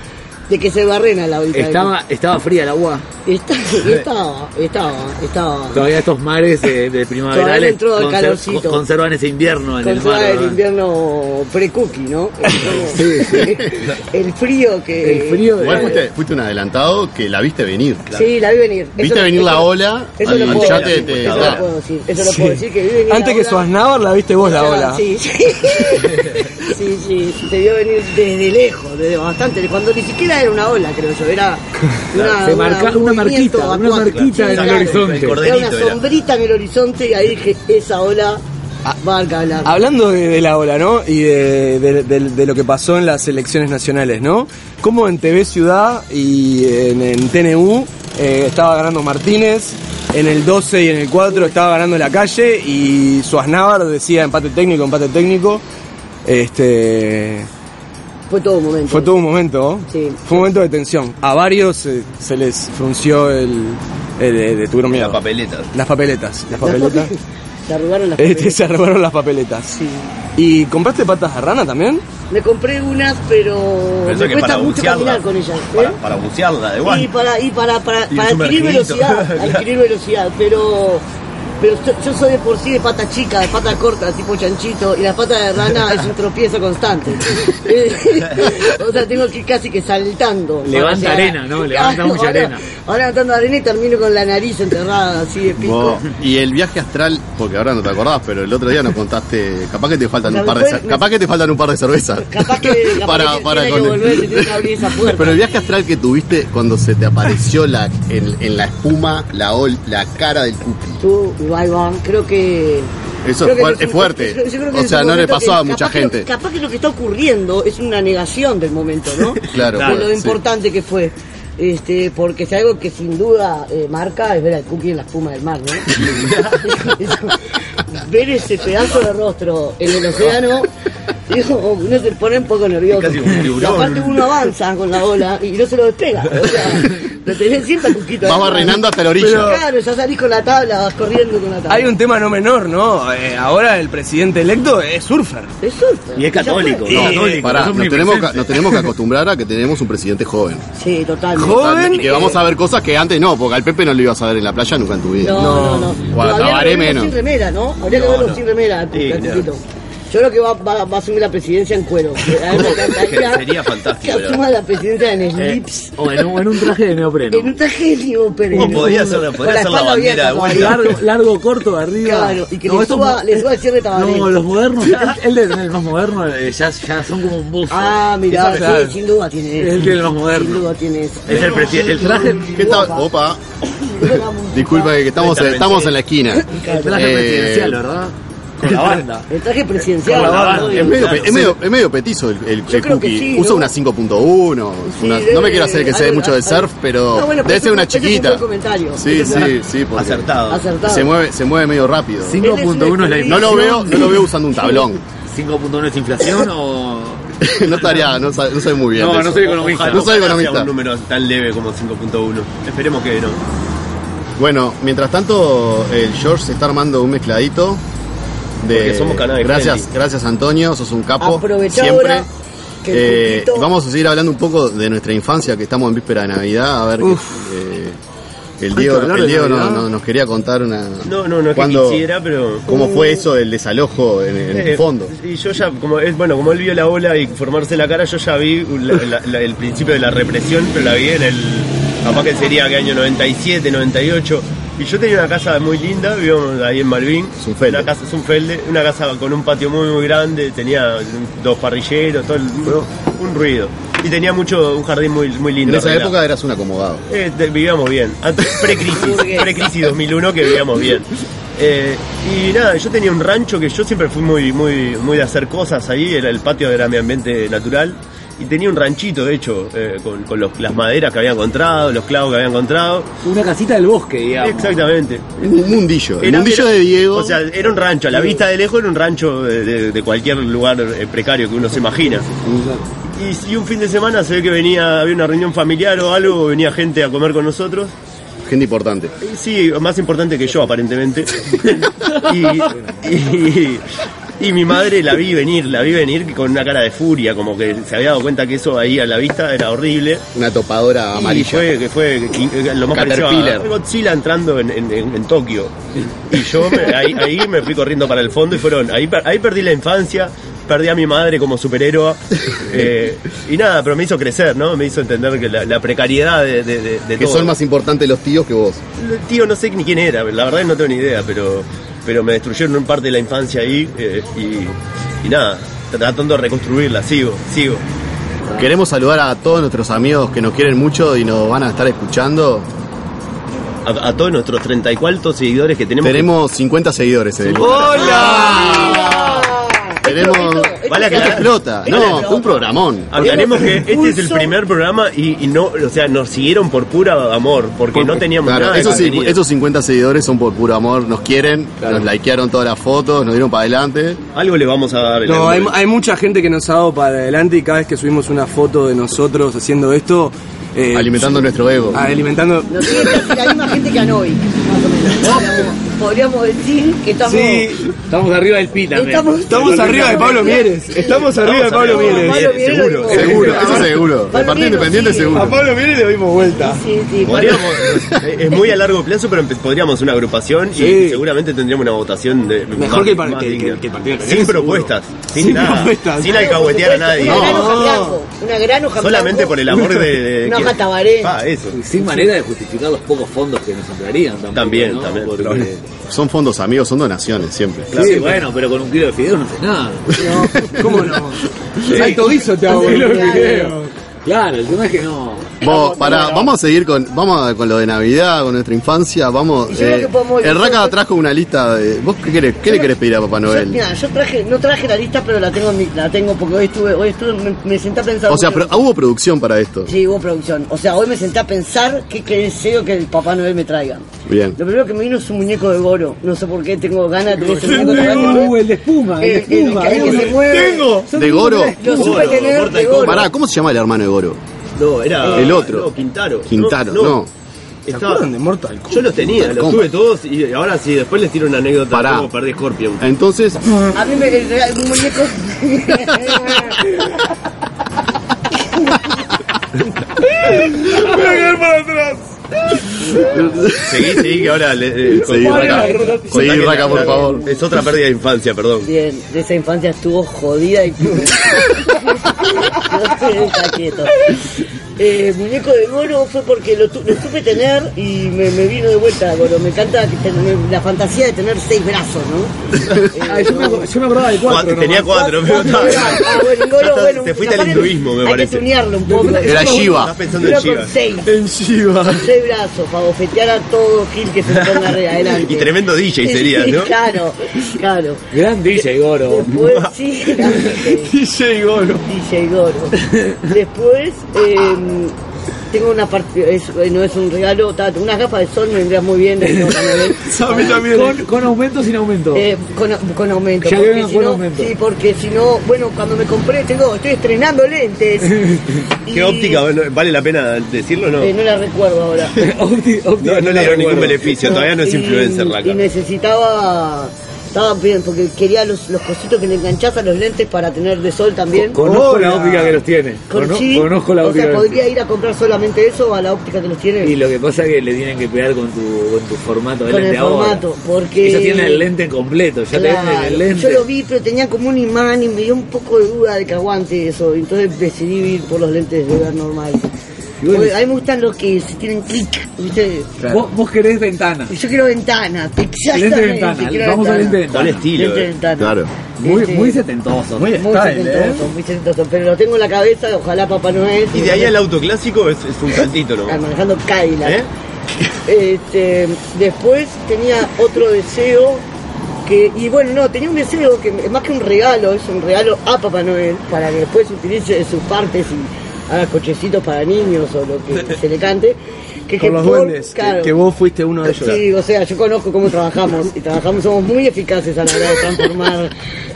Speaker 5: de que se barrena la olita.
Speaker 6: Estaba, estaba fría el agua.
Speaker 5: Está- estaba, estaba, estaba.
Speaker 6: Todavía estos mares eh, de
Speaker 5: Todavía no
Speaker 6: primaverales
Speaker 5: entró el
Speaker 6: conser-
Speaker 5: calorcito.
Speaker 6: con- conservan ese invierno en el mar.
Speaker 5: Conserva el
Speaker 6: ¿verdad?
Speaker 5: invierno pre-cookie, ¿no? Es como- El frío que...
Speaker 6: El frío de-
Speaker 1: Igual fuiste, fuiste un adelantado que la viste venir.
Speaker 5: Sí, la vi venir. Eso
Speaker 1: Viste
Speaker 5: lo-
Speaker 1: venir la
Speaker 5: eso-
Speaker 1: ola y
Speaker 5: Eso lo puedo
Speaker 1: ya te...
Speaker 5: decir,
Speaker 1: te-
Speaker 5: eso
Speaker 1: ta.
Speaker 5: lo puedo decir. Eso lo puedo decir que vi venir la
Speaker 3: Antes que
Speaker 5: ola.
Speaker 3: Suaznavar la viste vos la
Speaker 5: Ya,
Speaker 3: ola.
Speaker 5: Sí, sí. sí, sí, sí, se vio venir desde lejos, desde bastante lejos, cuando ni siquiera era una ola, creo yo, era una,
Speaker 6: Se marca-
Speaker 5: un
Speaker 6: una marquita,
Speaker 5: movimiento
Speaker 6: una
Speaker 5: acuático.
Speaker 6: marquita en el
Speaker 5: claro.
Speaker 6: horizonte.
Speaker 4: El
Speaker 5: Era una
Speaker 4: corderito era.
Speaker 5: sombrita en el horizonte y ahí dije, esa ola
Speaker 6: Ah.
Speaker 5: va a alcanzar.
Speaker 3: Hablando de, de la ola, ¿no? Y de, de- de- de lo que pasó en las elecciones nacionales, ¿no? Como en TV Ciudad y en, en TNU eh, estaba ganando Martínez, en el 12 y en el 4 estaba ganando la calle y Suaznávar decía empate técnico, empate técnico. Este
Speaker 5: Fue todo un momento.
Speaker 3: fue todo un momento, ¿no?
Speaker 5: Sí.
Speaker 3: Fue un momento de tensión. A varios eh, se les frunció el, el- el- tuvieron miedo.
Speaker 4: La papeleta.
Speaker 3: Las papeletas, las
Speaker 5: Las
Speaker 3: papeletas.
Speaker 5: papeles- Se arrugaron las
Speaker 3: Este,
Speaker 5: papeles.
Speaker 3: se robaron las papeletas.
Speaker 5: Sí.
Speaker 3: ¿Y compraste patas de rana también?
Speaker 5: Me compré unas, pero
Speaker 4: Pensé
Speaker 5: me
Speaker 4: que
Speaker 5: cuesta
Speaker 4: para
Speaker 5: mucho
Speaker 4: bucearla.
Speaker 5: caminar con ellas. ¿eh?
Speaker 4: Para, para bucearla, igual.
Speaker 5: Y para, y para, para,
Speaker 4: Y
Speaker 5: para
Speaker 4: un
Speaker 5: adquirir
Speaker 4: sumergidito.
Speaker 5: velocidad,
Speaker 4: Claro.
Speaker 5: adquirir velocidad, pero pero yo- yo soy de por sí de pata chica, de pata corta, tipo chanchito, y la pata de rana es un tropiezo constante. o sea, tengo que ir casi que saltando. para
Speaker 6: Levanta
Speaker 5: llegar a-
Speaker 6: arena, ¿no? Levanta
Speaker 5: Claro,
Speaker 6: mucha
Speaker 5: ahora-
Speaker 6: arena.
Speaker 5: Ahora levantando arena y termino con la nariz enterrada así de pico.
Speaker 1: Vos- y el viaje astral, porque ahora no te acordás, pero el otro día nos contaste, capaz que te faltan
Speaker 5: O sea,
Speaker 1: un par de
Speaker 5: después
Speaker 1: cer-
Speaker 5: me-
Speaker 1: capaz que te faltan un par de cervezas.
Speaker 5: Capaz que, capaz
Speaker 1: Para-
Speaker 5: que
Speaker 1: para
Speaker 5: tiene
Speaker 1: con
Speaker 5: que
Speaker 1: el-
Speaker 5: volver, se tiene que abrir esa puerta.
Speaker 1: Pero el viaje astral que tuviste cuando se te apareció la, en, en la espuma, la ol- la cara del cupi.
Speaker 4: Eh,
Speaker 5: Tú, ahí va, creo que...
Speaker 1: Eso
Speaker 5: creo
Speaker 1: es fuer-
Speaker 5: que un-
Speaker 1: es fuerte.
Speaker 5: yo- yo creo que
Speaker 1: O
Speaker 5: es
Speaker 1: sea,
Speaker 5: un
Speaker 1: no le
Speaker 5: momento
Speaker 1: pasó
Speaker 5: que
Speaker 1: a
Speaker 5: capaz
Speaker 1: mucha
Speaker 5: que lo-
Speaker 1: gente.
Speaker 5: capaz que lo que está ocurriendo es una negación del momento, ¿no?
Speaker 1: Claro,
Speaker 5: De lo
Speaker 1: sí.
Speaker 5: importante que fue. Este, porque si algo que sin duda eh, marca es ver al cookie en la espuma del mar, ¿no? Eso- ver ese pedazo de rostro en el océano, digo, uno se pone un poco nervioso.
Speaker 4: Es casi un tiburón.
Speaker 5: Y aparte uno avanza con la ola y no se lo despega. O sea, Lo tenés siempre a Cuquita.
Speaker 1: Vas barrenando hasta la orilla.
Speaker 5: Claro, ya salís con la tabla, vas corriendo con la tabla.
Speaker 3: Hay un tema no menor, ¿no? Eh, ahora el presidente electo es surfer.
Speaker 5: Es eh, surfer.
Speaker 4: Y es católico.
Speaker 3: Sí.
Speaker 4: ¿no?
Speaker 1: Pará,
Speaker 4: Es
Speaker 1: nos tenemos, que,
Speaker 4: omnipresente.
Speaker 1: nos tenemos que acostumbrar a que tenemos un presidente joven.
Speaker 5: Sí, totalmente.
Speaker 3: Jo- Joven,
Speaker 1: Y
Speaker 5: eh.
Speaker 1: que vamos a ver cosas que antes no, porque al Pepe no lo ibas a ver en la playa nunca en tu vida.
Speaker 5: No, no, no.
Speaker 1: Bueno,
Speaker 5: Habría que
Speaker 1: Tabaré
Speaker 5: verlo
Speaker 1: menos.
Speaker 5: sin remera, ¿no? Habría que
Speaker 4: No,
Speaker 5: verlo
Speaker 4: no.
Speaker 5: sin remera al
Speaker 4: Sí,
Speaker 5: Cuquita,
Speaker 4: no.
Speaker 5: chiquito. Yo creo que va, va- va a asumir la presidencia en cuero. A mí me encantaría
Speaker 4: Sería fantástico,
Speaker 5: Que
Speaker 4: la Eh,
Speaker 5: asuma la presidencia en slips.
Speaker 6: O en un, en un traje de neopreno.
Speaker 5: En un traje de Diego Pérez.
Speaker 4: ¿Cómo podría ser la-
Speaker 5: Con
Speaker 4: podría ser la
Speaker 5: espalda
Speaker 4: bandera
Speaker 5: abierta,
Speaker 4: de vuelta?
Speaker 5: todavía.
Speaker 6: Largo, largo, corto, arriba.
Speaker 5: Claro, y que le suba- le suba el cierre Tabaré.
Speaker 6: No, los modernos, él debe tener el más moderno, eh, ya, ya son como un buzo.
Speaker 5: Ah, mirá,
Speaker 6: Esa-
Speaker 5: sí, sin duda tiene
Speaker 6: Es
Speaker 5: eso.
Speaker 6: el que es el más moderno.
Speaker 5: Sin duda tiene eso.
Speaker 4: Es el presidente. El traje.
Speaker 1: ¿Qué tal? Opa, disculpa que estamos, estamos en la esquina.
Speaker 6: El traje
Speaker 1: Eh,
Speaker 6: presidencial, ¿verdad? Con la banda.
Speaker 5: El traje presidencial.
Speaker 4: Con la barba,
Speaker 5: ¿no?
Speaker 1: Es
Speaker 4: bien.
Speaker 1: medio,
Speaker 4: Claro,
Speaker 1: pe- es medio- es medio petizo el, el- el
Speaker 5: creo que
Speaker 1: cookie.
Speaker 5: sí,
Speaker 1: Usa
Speaker 5: ¿no?
Speaker 1: una 5.1.
Speaker 5: Sí,
Speaker 1: una-
Speaker 5: debe-
Speaker 1: no me quiero hacer que se dé
Speaker 5: algo-
Speaker 1: mucho de
Speaker 5: algo-
Speaker 1: surf, pero
Speaker 5: No, bueno, pero
Speaker 1: debe ser una
Speaker 5: ese fue- ese fue
Speaker 1: chiquita.
Speaker 5: un buen comentario.
Speaker 1: Sí,
Speaker 5: Ese
Speaker 1: sí, sí. porque
Speaker 4: Acertado.
Speaker 5: Acertado.
Speaker 1: Se mueve, se mueve medio rápido.
Speaker 5: Él es un
Speaker 6: 5.1 es la
Speaker 5: experto.
Speaker 1: No lo veo, no lo veo usando un tablón.
Speaker 6: 5.1 es inflación o.
Speaker 1: no estaría, no, sa- no soy muy bien. de eso.
Speaker 4: Ojalá
Speaker 1: No soy
Speaker 4: ojalá sea
Speaker 1: economista.
Speaker 4: un número tan leve como 5.1. Esperemos que no.
Speaker 1: Bueno, mientras tanto, el George se está armando un mezcladito. De...
Speaker 4: Porque somos cannabis
Speaker 1: Gracias,
Speaker 4: friendly.
Speaker 1: gracias Antonio, sos un capo.
Speaker 5: Aprovechá
Speaker 1: siempre.
Speaker 5: ahora que el
Speaker 1: Eh,
Speaker 5: poquito-
Speaker 1: vamos a seguir hablando un poco de nuestra infancia, que estamos en víspera de Navidad. A ver, qué- eh, el Diego,
Speaker 6: hablar
Speaker 1: el
Speaker 6: de
Speaker 1: Diego no-
Speaker 6: Navidad.
Speaker 1: no- nos quería contar una.
Speaker 4: No, no, no es
Speaker 1: cuándo-
Speaker 4: que quisiera, pero. Uh.
Speaker 1: ¿Cómo fue eso del desalojo en, en
Speaker 4: Eh,
Speaker 1: el fondo?
Speaker 4: Y yo ya, como es, bueno, como él vio la ola y formarse la cara, yo ya vi la- la- la- el principio de la represión, pero la vi en el. Capaz que sería que año 97, 98. Y yo tenía una casa muy linda, vivíamos ahí en Malvin.
Speaker 1: Es un felde.
Speaker 4: Una casa, es un felde, una casa con un patio muy, muy grande, tenía dos parrilleros, todo el- un, un ruido. Y tenía mucho, un jardín muy, muy lindo.
Speaker 1: En esa
Speaker 4: arreglado.
Speaker 1: época eras un acomodado.
Speaker 4: Eh, te- vivíamos bien. Antes, pre-crisis, pre-crisis 2001 que vivíamos bien. Eh, y nada, yo tenía un rancho que yo siempre fui muy, muy, muy de hacer cosas ahí, era el patio era mi ambiente natural. Y tenía un ranchito, de hecho, eh, con, con los- las maderas que había encontrado, los clavos que había encontrado.
Speaker 6: Una casita del bosque, digamos.
Speaker 4: Exactamente.
Speaker 1: Un mundillo. El
Speaker 4: Era-
Speaker 1: mundillo
Speaker 4: era-
Speaker 1: de Diego.
Speaker 4: O sea, era un rancho, a la vista de lejos era un rancho de, de- de cualquier lugar eh, precario que uno se imagina. Y si un fin de semana se ve que venía, había una reunión familiar o algo, venía gente a comer con nosotros.
Speaker 1: gente importante.
Speaker 4: Eh, Sí, más importante que yo, aparentemente. y, y- y mi madre la vi venir, la vi venir con una cara de furia, como que se había dado cuenta que eso ahí a la vista era horrible.
Speaker 1: Una topadora
Speaker 4: Y
Speaker 1: amarilla.
Speaker 4: fue, que fue que- lo más parecido a
Speaker 1: Caterpillar.
Speaker 4: Godzilla entrando en, en- en- en Tokio. Y yo me- ahí, ahí me fui corriendo para el fondo y fueron. Ahí, per- ahí perdí la infancia, perdí a mi madre como superhéroe. eh, y nada, pero me hizo crecer, ¿no? Me hizo entender que la, la precariedad de, de, de- de
Speaker 1: que
Speaker 4: todo.
Speaker 1: son más importantes los tíos que vos.
Speaker 4: El Tío, no sé ni quién era, la verdad no tengo ni idea, pero, pero me destruyeron un parte de la infancia ahí eh, y, y nada, tratando de reconstruirla, sigo, sigo.
Speaker 1: Queremos saludar a todos nuestros amigos que nos quieren mucho y nos van a estar escuchando.
Speaker 4: A, a todos nuestros 34 seguidores que tenemos.
Speaker 1: Tenemos 50 seguidores en el
Speaker 5: Ah.
Speaker 1: Tenemos.
Speaker 4: Vale
Speaker 1: Esto
Speaker 4: aclarar.
Speaker 1: explota. No, fue un programón.
Speaker 4: Aclaremos que este es el
Speaker 5: Pulso.
Speaker 4: primer programa y, y no, o sea, nos siguieron por pura amor, porque no teníamos
Speaker 1: Claro,
Speaker 4: nada. de
Speaker 1: esos, sí-
Speaker 4: contenido.
Speaker 1: esos 50 seguidores son por puro amor, nos quieren, nos likearon todas las fotos, nos dieron para adelante.
Speaker 4: Algo le vamos a dar. en
Speaker 3: No, hay,
Speaker 4: algún momento.
Speaker 3: hay mucha gente que nos ha dado para adelante y cada vez que subimos una foto de nosotros haciendo esto... eh,
Speaker 1: Alimentando nuestro ego.
Speaker 3: ah, alimentando...
Speaker 5: Nos sigue casi la misma gente que Anoy, más o menos. Podríamos decir que estamos.
Speaker 3: Sí,
Speaker 6: Estamos arriba del pita,
Speaker 5: Estamos,
Speaker 3: estamos arriba de Pablo Mieres. Estamos arriba de Pablo
Speaker 4: arriba de
Speaker 3: Mieres.
Speaker 4: Pablo Mieres,
Speaker 5: Seguro.
Speaker 1: Seguro, eso seguro.
Speaker 5: Pablo
Speaker 1: El Partido
Speaker 5: Mieres
Speaker 1: Independiente
Speaker 5: sí.
Speaker 3: A
Speaker 1: seguro.
Speaker 3: Pablo Mieres le dimos vuelta.
Speaker 5: Sí, sí.
Speaker 4: Podríamos- eh, es muy a largo plazo, pero empe- podríamos una agrupación
Speaker 3: Sí.
Speaker 4: y seguramente tendríamos una votación de,
Speaker 3: Mejor que el par- que-
Speaker 4: digna.
Speaker 3: que- que el partido que
Speaker 4: Sin
Speaker 3: tenés,
Speaker 4: propuestas, sin,
Speaker 3: Sin
Speaker 4: nada,
Speaker 3: propuestas.
Speaker 4: sin alcahuetear a nadie.
Speaker 5: Una gran
Speaker 4: No,
Speaker 5: hoja en blanco. Una gran hoja en
Speaker 4: solamente
Speaker 5: blanco.
Speaker 4: por el amor de. de-
Speaker 5: Una
Speaker 4: que-
Speaker 5: hoja tabaré.
Speaker 4: Ah, eso.
Speaker 6: Sin manera de justificar los pocos fondos que nos entrarían tampoco,
Speaker 4: También,
Speaker 6: ¿no?
Speaker 4: también.
Speaker 6: Porque-
Speaker 1: Son fondos amigos, son donaciones siempre.
Speaker 6: Sí, bueno, pero con un kilo de fideos no haces nada.
Speaker 3: ¿Cómo no? Salto guiso te hago. boludo.
Speaker 6: Claro, el tema es que no.
Speaker 1: Vos, pará, vamos a seguir con, vamos a- con lo de Navidad, con nuestra infancia, vamos. eh,
Speaker 5: Y yo creo que podemos ir-
Speaker 1: el Raka trajo una lista de. ¿Vos qué, querés, qué le querés pedir a Papá
Speaker 5: Yo,
Speaker 1: Noel?
Speaker 5: mira, yo traje, no traje la lista, pero la tengo, en mi- la tengo porque hoy estuve, hoy estuve, me, me senté a pensar.
Speaker 1: O sea,
Speaker 5: mucho.
Speaker 1: pero hubo producción para esto.
Speaker 5: Sí, hubo producción. O sea, hoy me senté a pensar qué, qué deseo que el Papá Noel me traiga.
Speaker 1: Bien.
Speaker 5: Lo primero que me vino es un muñeco de Goro. No sé por qué tengo ganas de tener ese muñeco de
Speaker 8: Uh,
Speaker 5: Goro.
Speaker 8: el de espuma, el de
Speaker 5: El- el
Speaker 8: espuma.
Speaker 5: que- el que se mueve.
Speaker 1: De Goro.
Speaker 5: Lo supe tener de Goro.
Speaker 1: Pará, ¿cómo se llama el hermano de Goro?
Speaker 4: No, era.
Speaker 1: El otro.
Speaker 4: No, Quintaro.
Speaker 1: Quintaro, no.
Speaker 3: ¿Se
Speaker 4: Estaba-
Speaker 3: acuerdan de Mortal Kombat?
Speaker 4: Yo los tenía, los
Speaker 1: Kombat.
Speaker 4: tuve todos y ahora sí, después les tiro una anécdota
Speaker 1: Pará.
Speaker 4: de cómo perdí Scorpion.
Speaker 1: Entonces,
Speaker 5: A mí me regaló un muñeco.
Speaker 4: Seguí, seguí, que ahora le, eh,
Speaker 1: Seguí,
Speaker 4: contá-
Speaker 1: Raca.
Speaker 4: contá
Speaker 1: Seguí,
Speaker 4: que-
Speaker 1: Raca, por favor.
Speaker 4: Es otra pérdida de infancia, perdón.
Speaker 5: Bien, de esa infancia estuvo jodida y pura. no te deja quieto. Eh, muñeco de Goro fue porque lo, tu- lo supe tener y me, me vino de vuelta Goro. Me encanta que ten- me- la fantasía de tener seis brazos, ¿no? Eh,
Speaker 7: Ah, yo, me, acu- yo me acordaba de
Speaker 4: Cuatro,
Speaker 7: cuatro.
Speaker 4: tenía cuatro, pero está-
Speaker 5: Ah, bueno, Goro, bueno,
Speaker 4: Te fuiste al
Speaker 5: capaz que
Speaker 4: hinduismo, me
Speaker 5: Hay que
Speaker 4: parece.
Speaker 5: tunearlo un poco.
Speaker 1: era
Speaker 4: Estás
Speaker 1: Shiva.
Speaker 4: pensando en
Speaker 5: Pero con
Speaker 4: Shiva.
Speaker 5: seis,
Speaker 7: En Shiva.
Speaker 5: seis brazos para bofetear a todo Gil que se ponga re adelante.
Speaker 4: Y tremendo DJ sería, ¿no?
Speaker 5: Claro, claro.
Speaker 6: Gran DJ, Goro.
Speaker 5: Después, sí, realmente.
Speaker 7: DJ Goro.
Speaker 5: DJ Goro. Después, eh, tengo una part- es, no es un regalo, ta- unas gafas de sol me vendrían muy bien. de-
Speaker 7: A mí también.
Speaker 6: Con, con aumento sin aumento.
Speaker 5: Eh, con, con aumento.
Speaker 6: Ya
Speaker 5: porque
Speaker 6: veo
Speaker 5: si
Speaker 6: con
Speaker 5: no-
Speaker 6: aumento.
Speaker 5: Sí, porque si no, bueno, cuando me compré, tengo, estoy estrenando lentes. Y-
Speaker 4: ¿Qué óptica? bueno, ¿Vale la pena decirlo o no?
Speaker 5: eh, no la recuerdo ahora.
Speaker 6: Opti- opti-
Speaker 4: No, no le dieron ningún
Speaker 6: recuerdo.
Speaker 4: beneficio, todavía no es
Speaker 5: Y-
Speaker 4: influencer,
Speaker 5: Y
Speaker 4: Raca.
Speaker 5: necesitaba. Estaba bien, porque quería los, los cositos que le enganchás a los lentes para tener de sol también.
Speaker 6: Conozco la
Speaker 7: Hola.
Speaker 6: óptica que los tiene.
Speaker 5: Con
Speaker 6: Cono-
Speaker 5: chip,
Speaker 6: conozco la
Speaker 5: o
Speaker 6: óptica.
Speaker 5: sea,
Speaker 6: que los tiene.
Speaker 5: podría ir a comprar solamente eso a la óptica que los tiene.
Speaker 6: Y lo que pasa es que le tienen que pegar con tu, con tu formato de
Speaker 5: Con el
Speaker 6: lente ahora.
Speaker 5: formato, porque-
Speaker 6: Ellos tienen el lente completo, ya te venden
Speaker 5: Claro,
Speaker 6: el lente.
Speaker 5: Yo lo vi, pero tenía como un imán y me dio un poco de duda de que aguante eso. Entonces decidí ir por los lentes de ver normal. Porque a mí me gustan los que se tienen clic, ¿viste?
Speaker 6: Vos, vos querés ventana.
Speaker 5: Yo quiero ventana,
Speaker 6: Lente
Speaker 5: exactamente.
Speaker 6: de ventana.
Speaker 5: quiero
Speaker 6: Vamos al
Speaker 5: ventana.
Speaker 6: lente de
Speaker 4: Con
Speaker 6: ventana.
Speaker 4: estilo,
Speaker 5: Lente de
Speaker 4: eh.
Speaker 5: ventana.
Speaker 1: Claro.
Speaker 6: Muy,
Speaker 5: Este,
Speaker 6: muy setentoso.
Speaker 7: Muy
Speaker 5: muy
Speaker 7: style, ¿eh?
Speaker 5: setentoso, muy setentoso, Pero lo tengo en la cabeza, ojalá Papá Noel.
Speaker 4: Y de ahí al auto clásico es, es un saltito, ¿no?
Speaker 5: Ah, manejando Cadillac.
Speaker 4: ¿Eh?
Speaker 5: Este, después tenía otro deseo que y bueno no tenía un deseo que es más que un regalo es un regalo a Papá Noel para que después utilice sus partes y haga cochecitos para niños o lo que se le cante que
Speaker 7: Con los
Speaker 5: por-
Speaker 7: duendes. Que,
Speaker 5: claro.
Speaker 7: que vos fuiste uno de ellos.
Speaker 5: Sí, o sea, yo conozco cómo trabajamos y trabajamos, somos muy eficaces a la hora de transformar.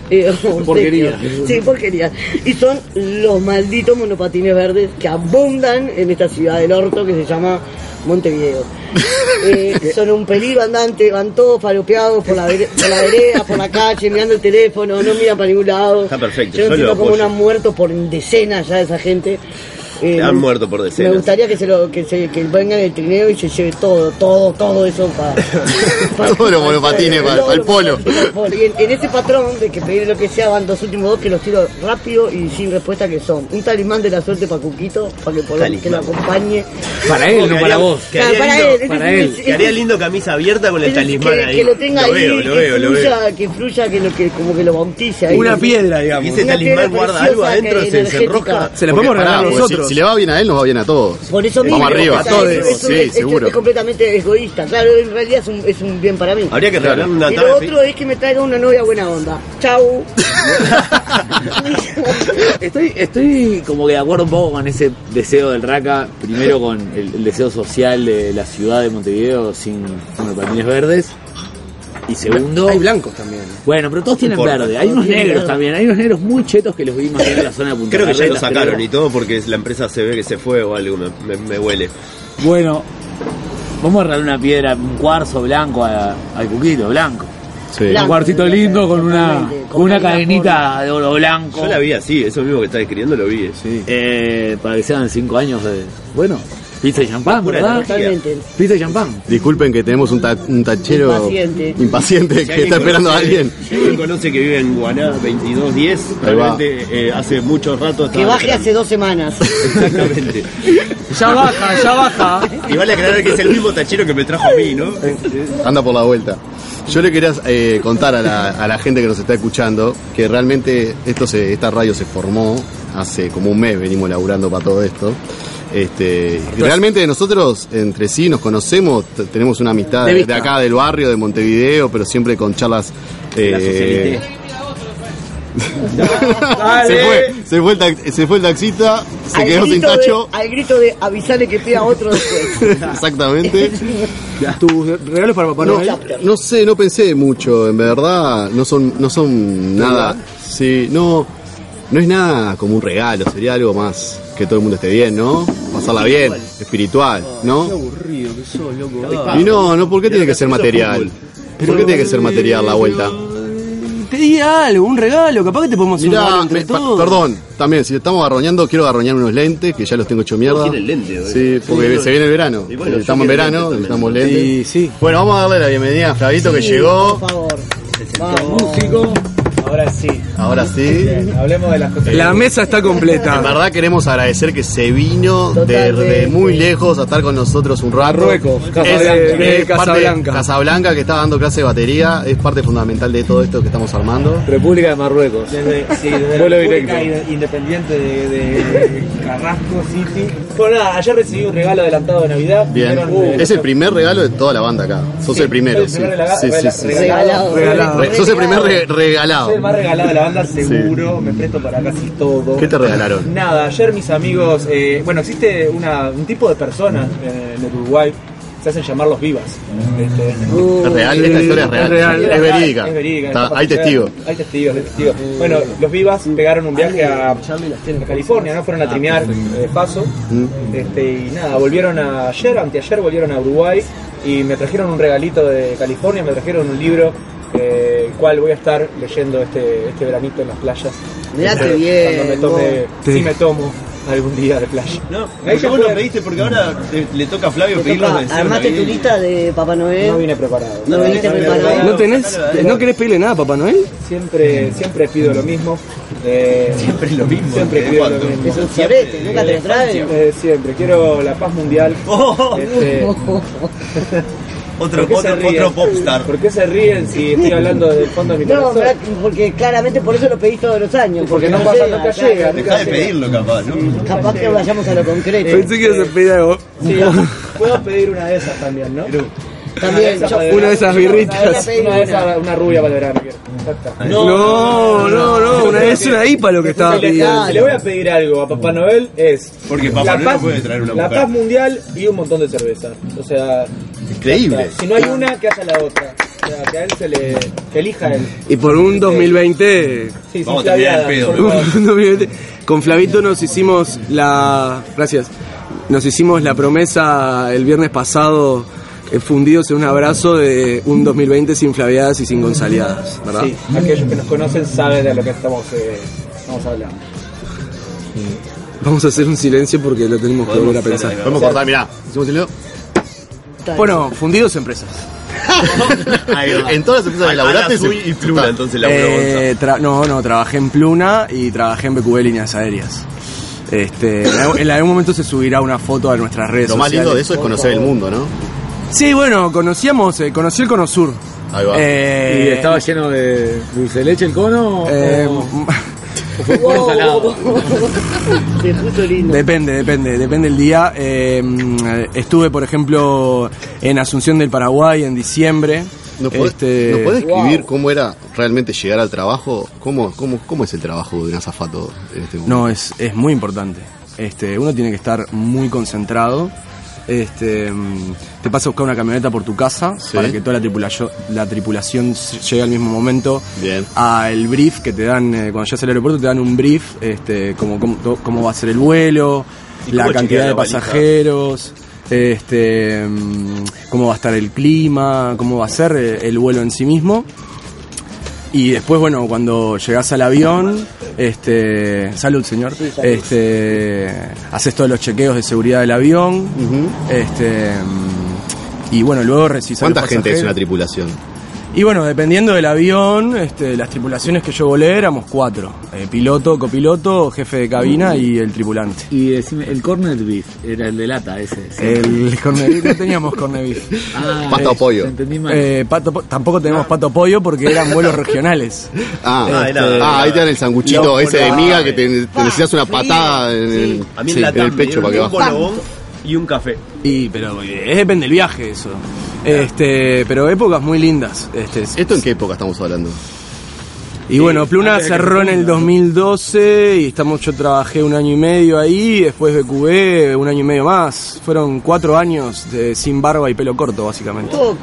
Speaker 5: eh, obsequios.
Speaker 6: Porquería.
Speaker 5: Sí, porquería. Y son los malditos monopatines verdes que abundan en esta ciudad del orto que se llama Montevideo. Eh, son un peligro andante, van todos falopeados por la, vere- por la vereda, por la calle, mirando el teléfono, no miran para ningún lado.
Speaker 4: Está perfecto,
Speaker 5: Yo
Speaker 4: yo
Speaker 5: no
Speaker 4: lo
Speaker 5: entiendo cómo
Speaker 4: apoyo.
Speaker 5: no han muerto por decenas ya esa gente. Eh,
Speaker 4: Han muerto por
Speaker 5: me
Speaker 4: decenas.
Speaker 5: gustaría que se lo que se que venga en el trineo y se lleve todo, todo, todo eso para
Speaker 1: Todos los monopatines para- para el polo.
Speaker 5: Y en, en este patrón de que pedir lo que sea van los últimos dos que los tiro rápido y sin respuesta que son. Un talismán de la suerte para Cuquito, para que por lo,
Speaker 4: Talismán.
Speaker 5: que lo acompañe.
Speaker 6: Para él, no para vos.
Speaker 4: Quedaría
Speaker 5: Ah,
Speaker 4: lindo,
Speaker 5: este
Speaker 6: para
Speaker 5: es un-
Speaker 6: él.
Speaker 5: es-
Speaker 4: Que haría lindo camisa abierta con el
Speaker 5: es-
Speaker 4: talismán
Speaker 5: que,
Speaker 4: ahí.
Speaker 5: que lo tenga ahí,
Speaker 4: veo, lo veo,
Speaker 5: que,
Speaker 4: lo veo.
Speaker 5: fluya, que fluya, que lo que como que lo bautice ahí.
Speaker 7: Una piedra,
Speaker 4: Y
Speaker 7: digamos.
Speaker 4: ese
Speaker 5: Una
Speaker 4: talismán
Speaker 5: piedra
Speaker 4: guarda
Speaker 5: preciosa
Speaker 4: algo adentro,
Speaker 5: que
Speaker 4: se, se
Speaker 5: energética.
Speaker 4: enrosca.
Speaker 7: Se la
Speaker 4: Porque pará,
Speaker 7: podemos regalar
Speaker 1: Pará, porque si,
Speaker 7: nosotros.
Speaker 1: si le va bien a él, nos va bien a todos.
Speaker 5: Por eso mismo.
Speaker 1: Vamos arriba.
Speaker 5: o sea, es-
Speaker 7: todos.
Speaker 5: es un-
Speaker 1: Sí,
Speaker 5: es- es-
Speaker 1: seguro.
Speaker 5: Es completamente egoísta. Claro, en realidad es un, es un bien para mí.
Speaker 4: Habría que
Speaker 1: Claro.
Speaker 4: regalar una
Speaker 5: Y lo
Speaker 4: tabla de
Speaker 5: otro es que me traiga una novia buena onda. Chau.
Speaker 6: Estoy, estoy como que de acuerdo un poco con ese deseo del Raca, primero con el, el deseo social de la ciudad de Montevideo sin monopatines verdes. Y segundo,
Speaker 3: Hay blancos también.
Speaker 6: bueno, pero todos tienen
Speaker 4: importa.
Speaker 6: verde, hay unos negros también, hay unos negros muy chetos que los vimos en la zona de Punta
Speaker 4: Creo que ya lo
Speaker 6: Carretas,
Speaker 4: sacaron
Speaker 6: creo.
Speaker 4: y todo porque la empresa se ve que se fue o algo, me, me- me huele.
Speaker 6: Bueno, vamos a regalar una piedra, un cuarzo blanco a- al cuquito, blanco.
Speaker 1: Sí.
Speaker 5: Blanco,
Speaker 6: un cuartito
Speaker 5: blanco,
Speaker 6: lindo con una,
Speaker 5: totalmente,
Speaker 6: con una
Speaker 5: con
Speaker 6: cadenita Ah, de oro blanco.
Speaker 4: Yo la vi así, eso mismo que está describiendo lo vi.
Speaker 6: Eh, para que sean cinco años de. Bueno, pizza y champán,
Speaker 4: Pura
Speaker 6: ¿verdad?
Speaker 4: energía.
Speaker 5: Totalmente.
Speaker 6: Pizza y champán.
Speaker 1: Disculpen que tenemos un, ta- un tachero
Speaker 5: Impaciente.
Speaker 1: impaciente que está esperando a alguien.
Speaker 4: Si alguien conoce que vive en Guaná 2210,
Speaker 1: Ahí va.
Speaker 4: realmente eh, hace mucho rato estaba
Speaker 5: Que baje
Speaker 4: esperando.
Speaker 5: hace dos semanas.
Speaker 4: Exactamente.
Speaker 7: Ya baja, ya baja.
Speaker 4: Y vale aclarar que es el mismo tachero que me trajo a mí, ¿no?
Speaker 1: Anda por la vuelta. Yo le quería eh, contar a la, a la gente que nos está escuchando que realmente esto se, esta radio se formó hace como un mes, venimos laburando para todo esto. Este, y realmente nosotros entre sí nos conocemos, t- tenemos una amistad
Speaker 3: De
Speaker 1: de,
Speaker 3: vista.
Speaker 1: acá del barrio, de Montevideo, pero siempre con charlas.
Speaker 4: La
Speaker 1: eh,
Speaker 4: socialité.
Speaker 1: se, fue, se, fue el tax- se fue el taxista, se quedó sin
Speaker 5: grito de-
Speaker 1: tacho.
Speaker 5: al grito de avisarle que pida otro después.
Speaker 1: Exactamente.
Speaker 7: Tus regalos para Papá
Speaker 1: No,
Speaker 7: Noel.
Speaker 1: no sé, no pensé mucho, en verdad, no son, no son nada. Sí, no, no es nada como un regalo, sería algo más que todo el mundo esté bien, ¿no? Pasarla bien, espiritual,
Speaker 7: Qué
Speaker 1: ¿no?
Speaker 7: aburrido que sos, loco.
Speaker 1: Y no, no, ¿por qué tiene que ser material? ¿Por qué tiene que ser material la vuelta?
Speaker 3: Te di algo, un regalo, capaz que te podemos hacer un regalo
Speaker 1: Mirá,
Speaker 3: entre
Speaker 1: me- pa-
Speaker 3: todos.
Speaker 1: perdón, también, si estamos garroñando, quiero garroñar unos lentes, que ya los tengo hecho mierda.
Speaker 4: tiene lente, boludo.
Speaker 1: Sí, porque se viene el verano.
Speaker 4: Y bueno,
Speaker 1: Eh,
Speaker 4: yo
Speaker 1: estamos en
Speaker 4: quiero
Speaker 1: verano,
Speaker 4: lentes
Speaker 1: necesitamos
Speaker 4: también.
Speaker 1: lentes.
Speaker 7: Y sí.
Speaker 1: Bueno, vamos a darle la bienvenida a Flavito que llegó.
Speaker 5: Por favor. Vamos.
Speaker 7: Músico. Ahora sí.
Speaker 1: Ahora sí.
Speaker 7: hablemos de las cosas.
Speaker 3: La mesa está
Speaker 1: En
Speaker 3: completa.
Speaker 1: verdad queremos agradecer que se vino desde
Speaker 5: Totalmente.
Speaker 1: muy lejos a estar con nosotros un rato.
Speaker 7: Marruecos, Casablanca. Eh,
Speaker 1: parte-
Speaker 3: Desde Casablanca.
Speaker 1: Casablanca, que está dando clase de batería, es parte fundamental de todo esto que estamos armando.
Speaker 6: República de Marruecos.
Speaker 7: Desde, sí, desde
Speaker 6: Vuelo
Speaker 7: la República
Speaker 6: directo.
Speaker 7: Inde- Independiente de, de Carrasco City. Bueno, nada, ayer recibí un regalo adelantado de Navidad.
Speaker 1: Bien.
Speaker 7: Fueron, eh,
Speaker 1: es el primer regalo de toda la banda acá. Sos el primero.
Speaker 7: soy
Speaker 1: Sí,
Speaker 7: el primer
Speaker 1: sí, sí,
Speaker 7: regala-
Speaker 1: sí.
Speaker 7: regala-
Speaker 5: Regalado.
Speaker 3: Regalado.
Speaker 1: Re- sos el primer re- regalado.
Speaker 7: Soy el más regalado de la banda, seguro. Me presto para casi todo.
Speaker 1: ¿Qué te regalaron?
Speaker 7: Nada, ayer mis amigos. eh, bueno, existe una- un tipo de personas eh, en Uruguay. Se hacen llamar los vivas. Este,
Speaker 1: ¿Es real? Esta historia es real. Es, verídica.
Speaker 7: Es verídica.
Speaker 1: Está-
Speaker 7: está
Speaker 1: hay testigos.
Speaker 7: Hay testigos, hay testigos. Bueno, los vivas pegaron un viaje a, a California, ¿no? Fueron a trinear eh, de paso. Este, y nada, volvieron a- ayer, anteayer volvieron a Uruguay y me trajeron un regalito de California, me trajeron un libro. eh, el cual voy a estar leyendo este, este veranito en las playas.
Speaker 5: Mirá qué
Speaker 7: Este,
Speaker 5: bien,
Speaker 7: Cuando me tome,
Speaker 5: Eh, vos.
Speaker 7: si me tomo algún día de playa.
Speaker 4: No,
Speaker 7: Ahí
Speaker 4: porque
Speaker 7: ya
Speaker 4: vos no
Speaker 7: fue.
Speaker 4: pediste porque ahora te- le toca a Flavio
Speaker 5: Te
Speaker 4: pedir los
Speaker 5: toca,
Speaker 4: deseos
Speaker 5: armaste tu
Speaker 4: navideños.
Speaker 5: lista de Papá
Speaker 7: No
Speaker 5: Noel.
Speaker 7: vine preparado.
Speaker 5: No viniste preparado.
Speaker 3: ¿No tenés, no querés pedirle nada a Papá Noel?
Speaker 7: Siempre, siempre pido lo mismo. eh,
Speaker 4: Siempre es lo mismo.
Speaker 7: Siempre
Speaker 4: ¿eh?
Speaker 7: pido lo
Speaker 4: Cuando-
Speaker 7: mismo.
Speaker 5: Es un sorete, nunca te lo traen.
Speaker 7: Eh, siempre, quiero la paz mundial.
Speaker 4: Oh,
Speaker 7: Este,
Speaker 4: otro,
Speaker 7: ¿por, qué se
Speaker 4: otro,
Speaker 7: ríen?
Speaker 4: otro popstar.
Speaker 7: ¿Por qué se ríen si estoy hablando del fondo de mi
Speaker 5: No,
Speaker 7: corazón?
Speaker 5: mirá, porque claramente por eso lo pedís todos los años.
Speaker 7: Porque no pasa, nunca
Speaker 5: claro,
Speaker 7: llega,
Speaker 4: Deja de pedirlo, capaz, ¿no?
Speaker 5: Capaz que vayamos a lo concreto.
Speaker 3: Pensé que se pedía algo.
Speaker 7: Sí, puedo pedir una de esas también, ¿no?
Speaker 5: También, yo-
Speaker 3: Una de esas
Speaker 7: Una
Speaker 3: birritas.
Speaker 7: de esas- una de esas- una rubia para el verano. quiero. Ya está.
Speaker 3: No, no, no. Una, es una IPA lo que estaba
Speaker 7: Si le,
Speaker 3: pidiendo.
Speaker 7: si le voy a pedir algo a Papá Noel es
Speaker 4: Porque Papá Noel no puede traer una
Speaker 7: la
Speaker 4: mujer.
Speaker 7: paz mundial y un montón de cerveza. O sea,
Speaker 1: Increíble.
Speaker 7: si no hay una, que haya la otra. O sea, que a él se le que elija él.
Speaker 3: Y por un 2020
Speaker 7: Sí,
Speaker 4: Vamos a terminar
Speaker 7: sí,
Speaker 4: el
Speaker 7: flaviada,
Speaker 4: pedo,
Speaker 7: por
Speaker 4: ¿no?
Speaker 7: favor.
Speaker 3: No, obviamente. Con Flavito nos hicimos la. Gracias. Nos hicimos la promesa el viernes pasado, eh, fundidos en un abrazo de un 2020 sin flaviadas y sin gonzaleadas, ¿verdad?
Speaker 7: Sí, aquellos que nos conocen saben de lo que estamos, eh, estamos hablando.
Speaker 3: Vamos a hacer un silencio porque lo tenemos que volver a pensar.
Speaker 1: Podemos cortar, mirá. Hicimos el dedo.
Speaker 3: Bueno, fundidos empresas.
Speaker 1: En todas las empresas que laburaste. se-
Speaker 4: Ahora fui y pluma, entonces la
Speaker 3: Eh, tra- no, no, trabajé en Pluna y trabajé en BQB Líneas Aéreas. Este, en algún- en algún momento se subirá una foto a nuestras redes
Speaker 1: Lo más
Speaker 3: sociales.
Speaker 1: lindo de eso es conocer el mundo, ¿no?
Speaker 3: Sí, bueno, conocíamos, eh, conocí el Cono Sur.
Speaker 1: Ahí va.
Speaker 3: Eh,
Speaker 6: ¿Y estaba lleno de dulce de leche el cono? o-
Speaker 3: eh,
Speaker 6: o
Speaker 5: Wow,
Speaker 6: fue puro salado?
Speaker 5: Te puso lindo.
Speaker 3: Depende, depende, depende el día. Eh, estuve, por ejemplo, en Asunción del Paraguay en diciembre.
Speaker 1: ¿No podés,
Speaker 3: Este,
Speaker 1: ¿no podés
Speaker 5: wow.
Speaker 1: escribir cómo era realmente llegar al trabajo? ¿Cómo, cómo, cómo es el trabajo de un azafato en este mundo?
Speaker 3: No, es, es muy importante. Este, uno tiene que estar muy concentrado. Este, mm, te pasa a buscar una camioneta por tu casa
Speaker 1: Sí.
Speaker 3: para que toda la, tripulación la tripulación s- llegue al mismo momento
Speaker 1: Bien.
Speaker 3: al brief que te dan eh, cuando llegas al aeropuerto te dan un brief este, como, como- to- cómo va a ser el vuelo
Speaker 4: ¿Y
Speaker 3: la
Speaker 4: cómo
Speaker 3: cantidad
Speaker 4: chequean
Speaker 3: de
Speaker 4: la valija?
Speaker 3: pasajeros este, mm, cómo va a estar el clima cómo va a ser eh, el vuelo en sí mismo y después, bueno, cuando llegás al avión, este, salud señor, este, haces todos los chequeos de seguridad del avión, este, mm, y bueno, luego recibís a los
Speaker 1: ¿Cuánta gente es
Speaker 3: pasajeros.
Speaker 1: una tripulación?
Speaker 3: Y bueno, dependiendo del avión, este, las tripulaciones que yo volé éramos cuatro, eh, piloto, copiloto, jefe de cabina y el tripulante.
Speaker 6: Y decime, el cornet beef, era el de lata ese.
Speaker 4: Eh,
Speaker 6: sí.
Speaker 3: El corned- no teníamos corned
Speaker 6: Ah,
Speaker 1: Pata o pollo.
Speaker 6: te entendí mal.
Speaker 3: Eh, pato po- tampoco teníamos pato pollo porque eran vuelos regionales.
Speaker 1: Ah,
Speaker 4: Ah, era-
Speaker 1: ah, ahí te dan el sanguchito
Speaker 4: Loco,
Speaker 1: ese de
Speaker 4: no.
Speaker 1: miga que te, te
Speaker 5: Pa,
Speaker 1: necesitas una
Speaker 5: frío.
Speaker 1: patada en, el,
Speaker 4: A mí
Speaker 1: sí,
Speaker 4: en la
Speaker 1: en el pecho para que
Speaker 4: un
Speaker 1: baje.
Speaker 4: bolobón y un café.
Speaker 3: Y, pero eh, depende del viaje eso. Este, pero épocas muy lindas. Este,
Speaker 1: ¿Esto en qué época estamos hablando?
Speaker 3: Y bueno, Pluna cerró en el 2012 y estamos, yo trabajé un año y medio ahí, después BQB un año y medio más. Fueron cuatro años de- sin barba y pelo corto, básicamente.
Speaker 5: Toc.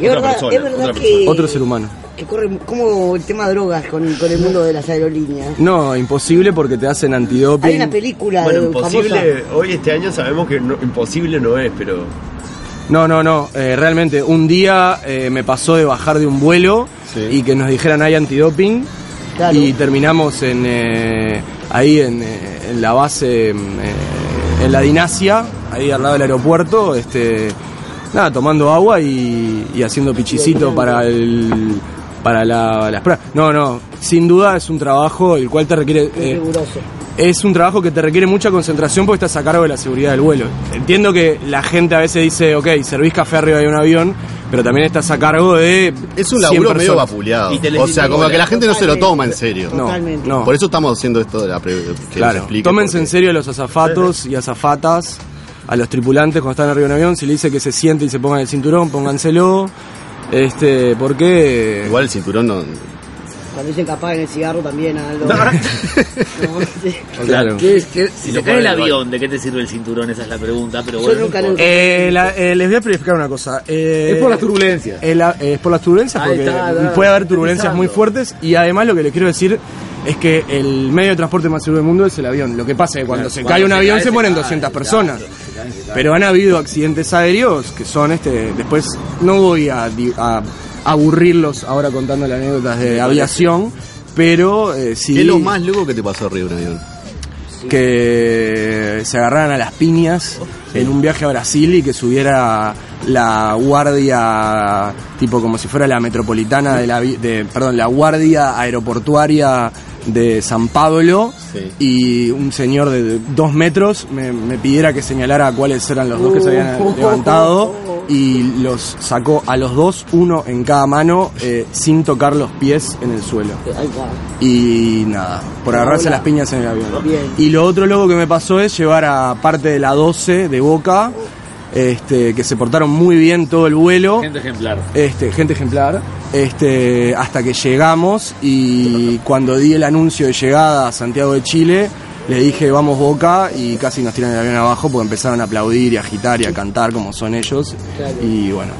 Speaker 5: Y es
Speaker 4: Otra
Speaker 5: verdad,
Speaker 4: persona,
Speaker 5: es verdad
Speaker 4: otra
Speaker 5: que,
Speaker 3: Otro ser humano.
Speaker 5: que corre como el tema de drogas con, con el mundo de las aerolíneas.
Speaker 3: No, imposible porque te hacen antidoping.
Speaker 5: Hay una película
Speaker 4: Bueno,
Speaker 5: de-
Speaker 4: imposible,
Speaker 5: famosa.
Speaker 4: hoy este año sabemos que no- imposible no es, pero
Speaker 3: No, no, no. eh, realmente, un día eh, me pasó de bajar de un vuelo
Speaker 1: Sí.
Speaker 3: y que nos dijeran hay antidoping.
Speaker 5: Claro.
Speaker 3: Y terminamos en, eh, ahí en, eh, en la base, eh, en la Dinacia, ahí al lado del aeropuerto, este, nada, tomando agua y, y haciendo pichicito para el para la, las pruebas. No, no, sin duda es un trabajo el cual te requiere... eh,
Speaker 5: Riguroso.
Speaker 3: es un trabajo que te requiere mucha concentración porque estás a cargo de la seguridad del vuelo. Entiendo que la gente a veces dice, ok, servís café arriba de un avión, pero también estás a cargo de.
Speaker 1: Es un
Speaker 3: 100
Speaker 1: laburo medio
Speaker 3: personas.
Speaker 1: vapuleado.
Speaker 4: Y te les
Speaker 1: O sea,
Speaker 4: digo,
Speaker 1: como que la
Speaker 4: hola.
Speaker 1: gente no se lo
Speaker 5: Totalmente.
Speaker 1: toma en serio.
Speaker 3: No,
Speaker 5: Totalmente.
Speaker 3: no.
Speaker 1: Por eso estamos haciendo esto de la pre que les
Speaker 3: Claro.
Speaker 1: explique,
Speaker 3: Tómense en
Speaker 1: porque-
Speaker 3: serio a los azafatos y azafatas, a los tripulantes cuando están arriba de un avión. Si le dice que se siente y se pongan el cinturón, pónganselo. Este, porque.
Speaker 1: Igual el cinturón no.
Speaker 5: Cuando dicen capaz en el cigarro también algo. No, sí.
Speaker 3: Claro.
Speaker 2: ¿Qué es- qué- si
Speaker 4: lo
Speaker 2: te cae el
Speaker 4: ponen igual.
Speaker 2: avión, ¿de qué te sirve el cinturón? Esa es la pregunta, pero
Speaker 5: Yo
Speaker 2: bueno. no
Speaker 5: nunca
Speaker 2: importa.
Speaker 5: lo-
Speaker 3: Eh, la- eh, les voy a explicar una cosa. Eh,
Speaker 6: Es por las turbulencias.
Speaker 3: Eh, la- eh, es por las turbulencias,
Speaker 6: Ahí
Speaker 3: porque
Speaker 6: está, está,
Speaker 3: puede haber
Speaker 6: está
Speaker 3: turbulencias
Speaker 6: pisando.
Speaker 3: muy fuertes. Y además, lo que les quiero decir es que el medio de transporte más seguro del mundo es el avión. Lo que pasa es que Eh, cuando se cae un avión se, mueren 200 personas. Pero han habido accidentes aéreos que son este. Después, no voy a, di- a aburrirlos ahora contando las anécdotas de aviación, pero eh, sí.
Speaker 1: ¿Qué es lo más loco que te pasó arriba de un avión?
Speaker 3: que se agarraran a las piñas en un viaje a Brasil y que subiera la guardia tipo como si fuera la metropolitana de la vi- de, perdón la guardia aeroportuaria de San Pablo
Speaker 1: Sí.
Speaker 3: y un señor de dos metros me, me pidiera que señalara cuáles eran los dos que se habían levantado y los sacó a los dos uno en cada mano eh, sin tocar los pies en el suelo
Speaker 5: Ahí va.
Speaker 3: y nada, por agarrarse las piñas en el avión.
Speaker 5: Bien.
Speaker 3: Y lo otro loco que me pasó es llevar a parte de la 12 de Boca, este, que se portaron muy bien todo el vuelo.
Speaker 6: Gente ejemplar.
Speaker 3: Este, gente ejemplar. Este, hasta que llegamos y cuando di el anuncio de llegada a Santiago de Chile, le dije vamos Boca y casi nos tiran el avión abajo porque empezaron a aplaudir y a agitar y a cantar como son ellos. Y bueno,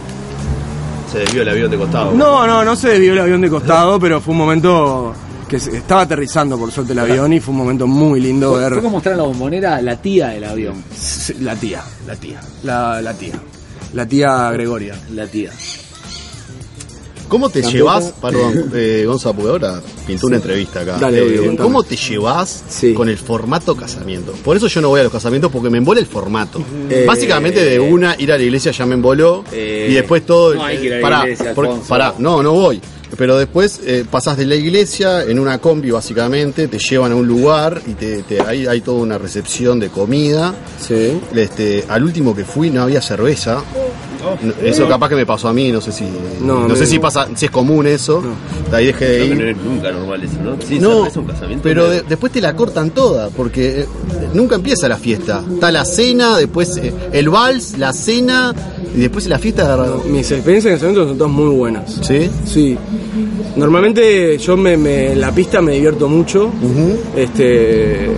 Speaker 4: se desvió el avión de costado.
Speaker 3: no, no, no se desvió el avión de costado, pero fue un momento que se- estaba aterrizando por suerte el avión y fue un momento muy lindo
Speaker 6: Fue
Speaker 3: ver
Speaker 6: como mostrar en la bombonera la tía del avión.
Speaker 3: s- la tía, la tía, la, la tía, la tía Gregoria.
Speaker 6: La tía.
Speaker 1: ¿Cómo te llevas, perdón, eh, Gonza, porque ahora pintó una entrevista acá.
Speaker 3: Dale,
Speaker 1: Eh,
Speaker 3: obvio, contame.
Speaker 1: ¿Cómo te llevas
Speaker 3: Sí.
Speaker 1: con el formato casamiento? Por eso yo no voy a los casamientos porque me embola el formato. Eh, Básicamente de una ir a la iglesia ya me emboló
Speaker 6: Eh,
Speaker 1: y después todo
Speaker 6: no hay que ir a la
Speaker 1: pará,
Speaker 6: iglesia,
Speaker 1: por-
Speaker 6: Alfonso.
Speaker 1: pará, no, no voy. Pero después eh, pasás de la iglesia en una combi básicamente, te llevan a un lugar y te, te- hay, hay toda una recepción de comida.
Speaker 3: Sí.
Speaker 1: Este, al último que fui no había cerveza.
Speaker 4: Oh.
Speaker 1: No, Eso capaz que me pasó a mí, no sé si.
Speaker 3: No,
Speaker 1: No,
Speaker 3: a mí
Speaker 1: sé si
Speaker 3: no.
Speaker 1: pasa, si es común eso. De ahí dejé de
Speaker 4: Creo que no
Speaker 1: ir.
Speaker 4: es nunca normal eso, ¿no? Sí,
Speaker 1: No,
Speaker 4: es un casamiento.
Speaker 1: pero de- después te la cortan toda, porque eh, nunca empieza la fiesta. Está la cena, después eh, el vals, la cena, y después la fiesta de
Speaker 3: Mis experiencias en ese momento son todas muy buenas.
Speaker 1: ¿Sí?
Speaker 3: Sí. Normalmente yo me, me- en la pista me divierto mucho. Este.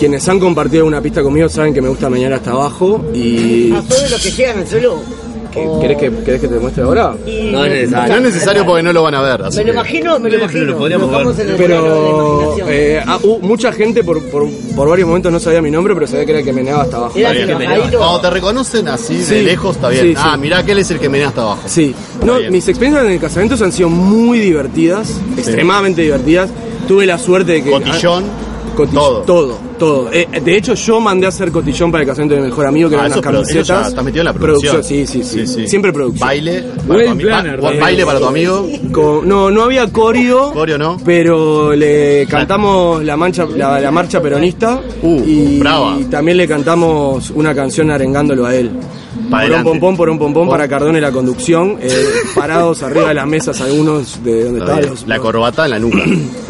Speaker 3: Quienes han compartido una pista conmigo saben que me gusta mañana hasta abajo y.
Speaker 5: Ah, ¿Son de los que llegan al suelo? O-
Speaker 3: ¿Querés que, ¿Querés que te muestre ahora?
Speaker 5: y-
Speaker 6: No es necesario.
Speaker 1: No es necesario porque no lo van a ver. así
Speaker 5: Me lo
Speaker 1: que-
Speaker 5: imagino, me lo
Speaker 4: Pero
Speaker 5: imagino.
Speaker 4: lo podríamos
Speaker 5: Nos vamos
Speaker 4: ver.
Speaker 5: en el
Speaker 3: Pero
Speaker 5: plano de la imaginación.
Speaker 3: eh, ah, hubo mucha gente por, por, por varios momentos no sabía mi nombre, pero sabía que era el que meneaba hasta abajo.
Speaker 5: Era
Speaker 1: Está bien.
Speaker 5: que me- ahí
Speaker 1: Cuando
Speaker 5: lo-
Speaker 1: te reconocen así, de
Speaker 3: Sí.
Speaker 1: lejos, está bien.
Speaker 3: Sí,
Speaker 1: ah,
Speaker 3: sí.
Speaker 1: mirá que él es el que menea hasta abajo.
Speaker 3: Sí, no,
Speaker 1: bien.
Speaker 3: mis experiencias en el casamiento han sido muy divertidas, extremadamente divertidas. Tuve la suerte de que.
Speaker 1: Cotillón,
Speaker 3: Coti-
Speaker 1: todo.
Speaker 3: Todo, todo. Eh, de hecho, yo mandé a hacer cotillón para el casamiento de mi mejor amigo, que
Speaker 1: Ah,
Speaker 3: eran
Speaker 1: eso
Speaker 3: unas
Speaker 1: es pro- eso
Speaker 3: camisetas.
Speaker 1: ya está metido en la producción.
Speaker 3: sí, sí, sí, Siempre producción.
Speaker 1: Baile. para tu
Speaker 6: Wedding
Speaker 1: ami- ba-
Speaker 6: planner,
Speaker 1: ba-
Speaker 6: también.
Speaker 1: Baile para tu amigo.
Speaker 3: Eh, Con- no, no había corio.
Speaker 1: Corio no.
Speaker 3: Pero le cantamos la, mancha, la, la marcha peronista.
Speaker 1: Uh,
Speaker 3: y
Speaker 1: brava.
Speaker 3: también le cantamos una canción arengándolo a él.
Speaker 1: Pa'
Speaker 3: Porón
Speaker 1: adelante. Oh.
Speaker 3: pom pom, porón pom pom,
Speaker 1: Pom.
Speaker 3: para Cardone la conducción. eh, parados arriba de las mesas algunos de donde
Speaker 1: Está
Speaker 3: estaban
Speaker 1: bien.
Speaker 3: los...
Speaker 1: La corbata en la nuca.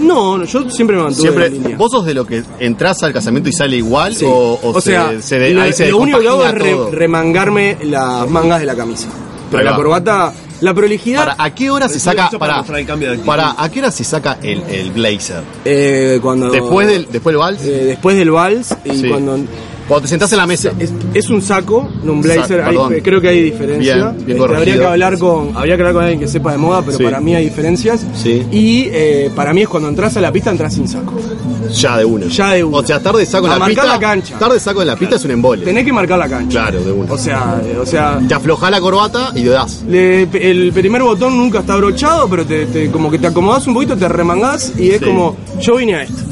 Speaker 3: No, no, yo siempre me mantuve
Speaker 1: Siempre,
Speaker 3: en la línea.
Speaker 1: ¿Vos sos de lo que entras al casamiento y sale igual?
Speaker 3: Sí.
Speaker 1: O, o se-
Speaker 3: sea,
Speaker 1: se de-
Speaker 3: lo,
Speaker 1: ahí se
Speaker 3: lo único que hago es
Speaker 1: descompagina
Speaker 3: re-
Speaker 1: todo?
Speaker 3: remangarme las mangas de la camisa. Pero
Speaker 1: Ahí
Speaker 3: la
Speaker 1: va.
Speaker 3: corbata La prolijidad.
Speaker 1: Para, ¿A qué hora se
Speaker 4: Eso-
Speaker 1: saca
Speaker 4: eso para
Speaker 1: para,
Speaker 4: mostrar el cambio de actitud.
Speaker 1: para a qué hora se saca el, el blazer?
Speaker 3: eh, cuando,
Speaker 1: Después del después del vals,
Speaker 3: eh, después del vals y
Speaker 1: Sí.
Speaker 3: cuando.
Speaker 1: cuando te sentás en la mesa.
Speaker 3: Es, es un saco, no un blazer.
Speaker 1: Saco,
Speaker 3: hay-
Speaker 1: perdón.
Speaker 3: creo que hay diferencia.
Speaker 1: Bien, bien
Speaker 3: Este, habría
Speaker 1: corregido.
Speaker 3: que hablar con, habría que hablar con alguien que sepa de moda, pero
Speaker 1: Sí.
Speaker 3: para mí hay diferencias.
Speaker 1: Sí.
Speaker 3: Y eh, para mí es cuando entras a la pista entras sin saco.
Speaker 1: Ya de una.
Speaker 3: Ya de una.
Speaker 1: O sea, tarde saco en
Speaker 3: A
Speaker 1: la
Speaker 3: marcar
Speaker 1: pista.
Speaker 3: la cancha.
Speaker 1: Tarde saco en la pista es un embole.
Speaker 3: Tenés que marcar la cancha.
Speaker 1: Claro, de una.
Speaker 3: O sea, eh, o sea,
Speaker 1: te aflojás la corbata y le das.
Speaker 3: Le- el primer botón nunca está abrochado, pero te, te- como que te acomodás un poquito, te remangás y es
Speaker 1: Sí.
Speaker 3: como, yo vine a esto.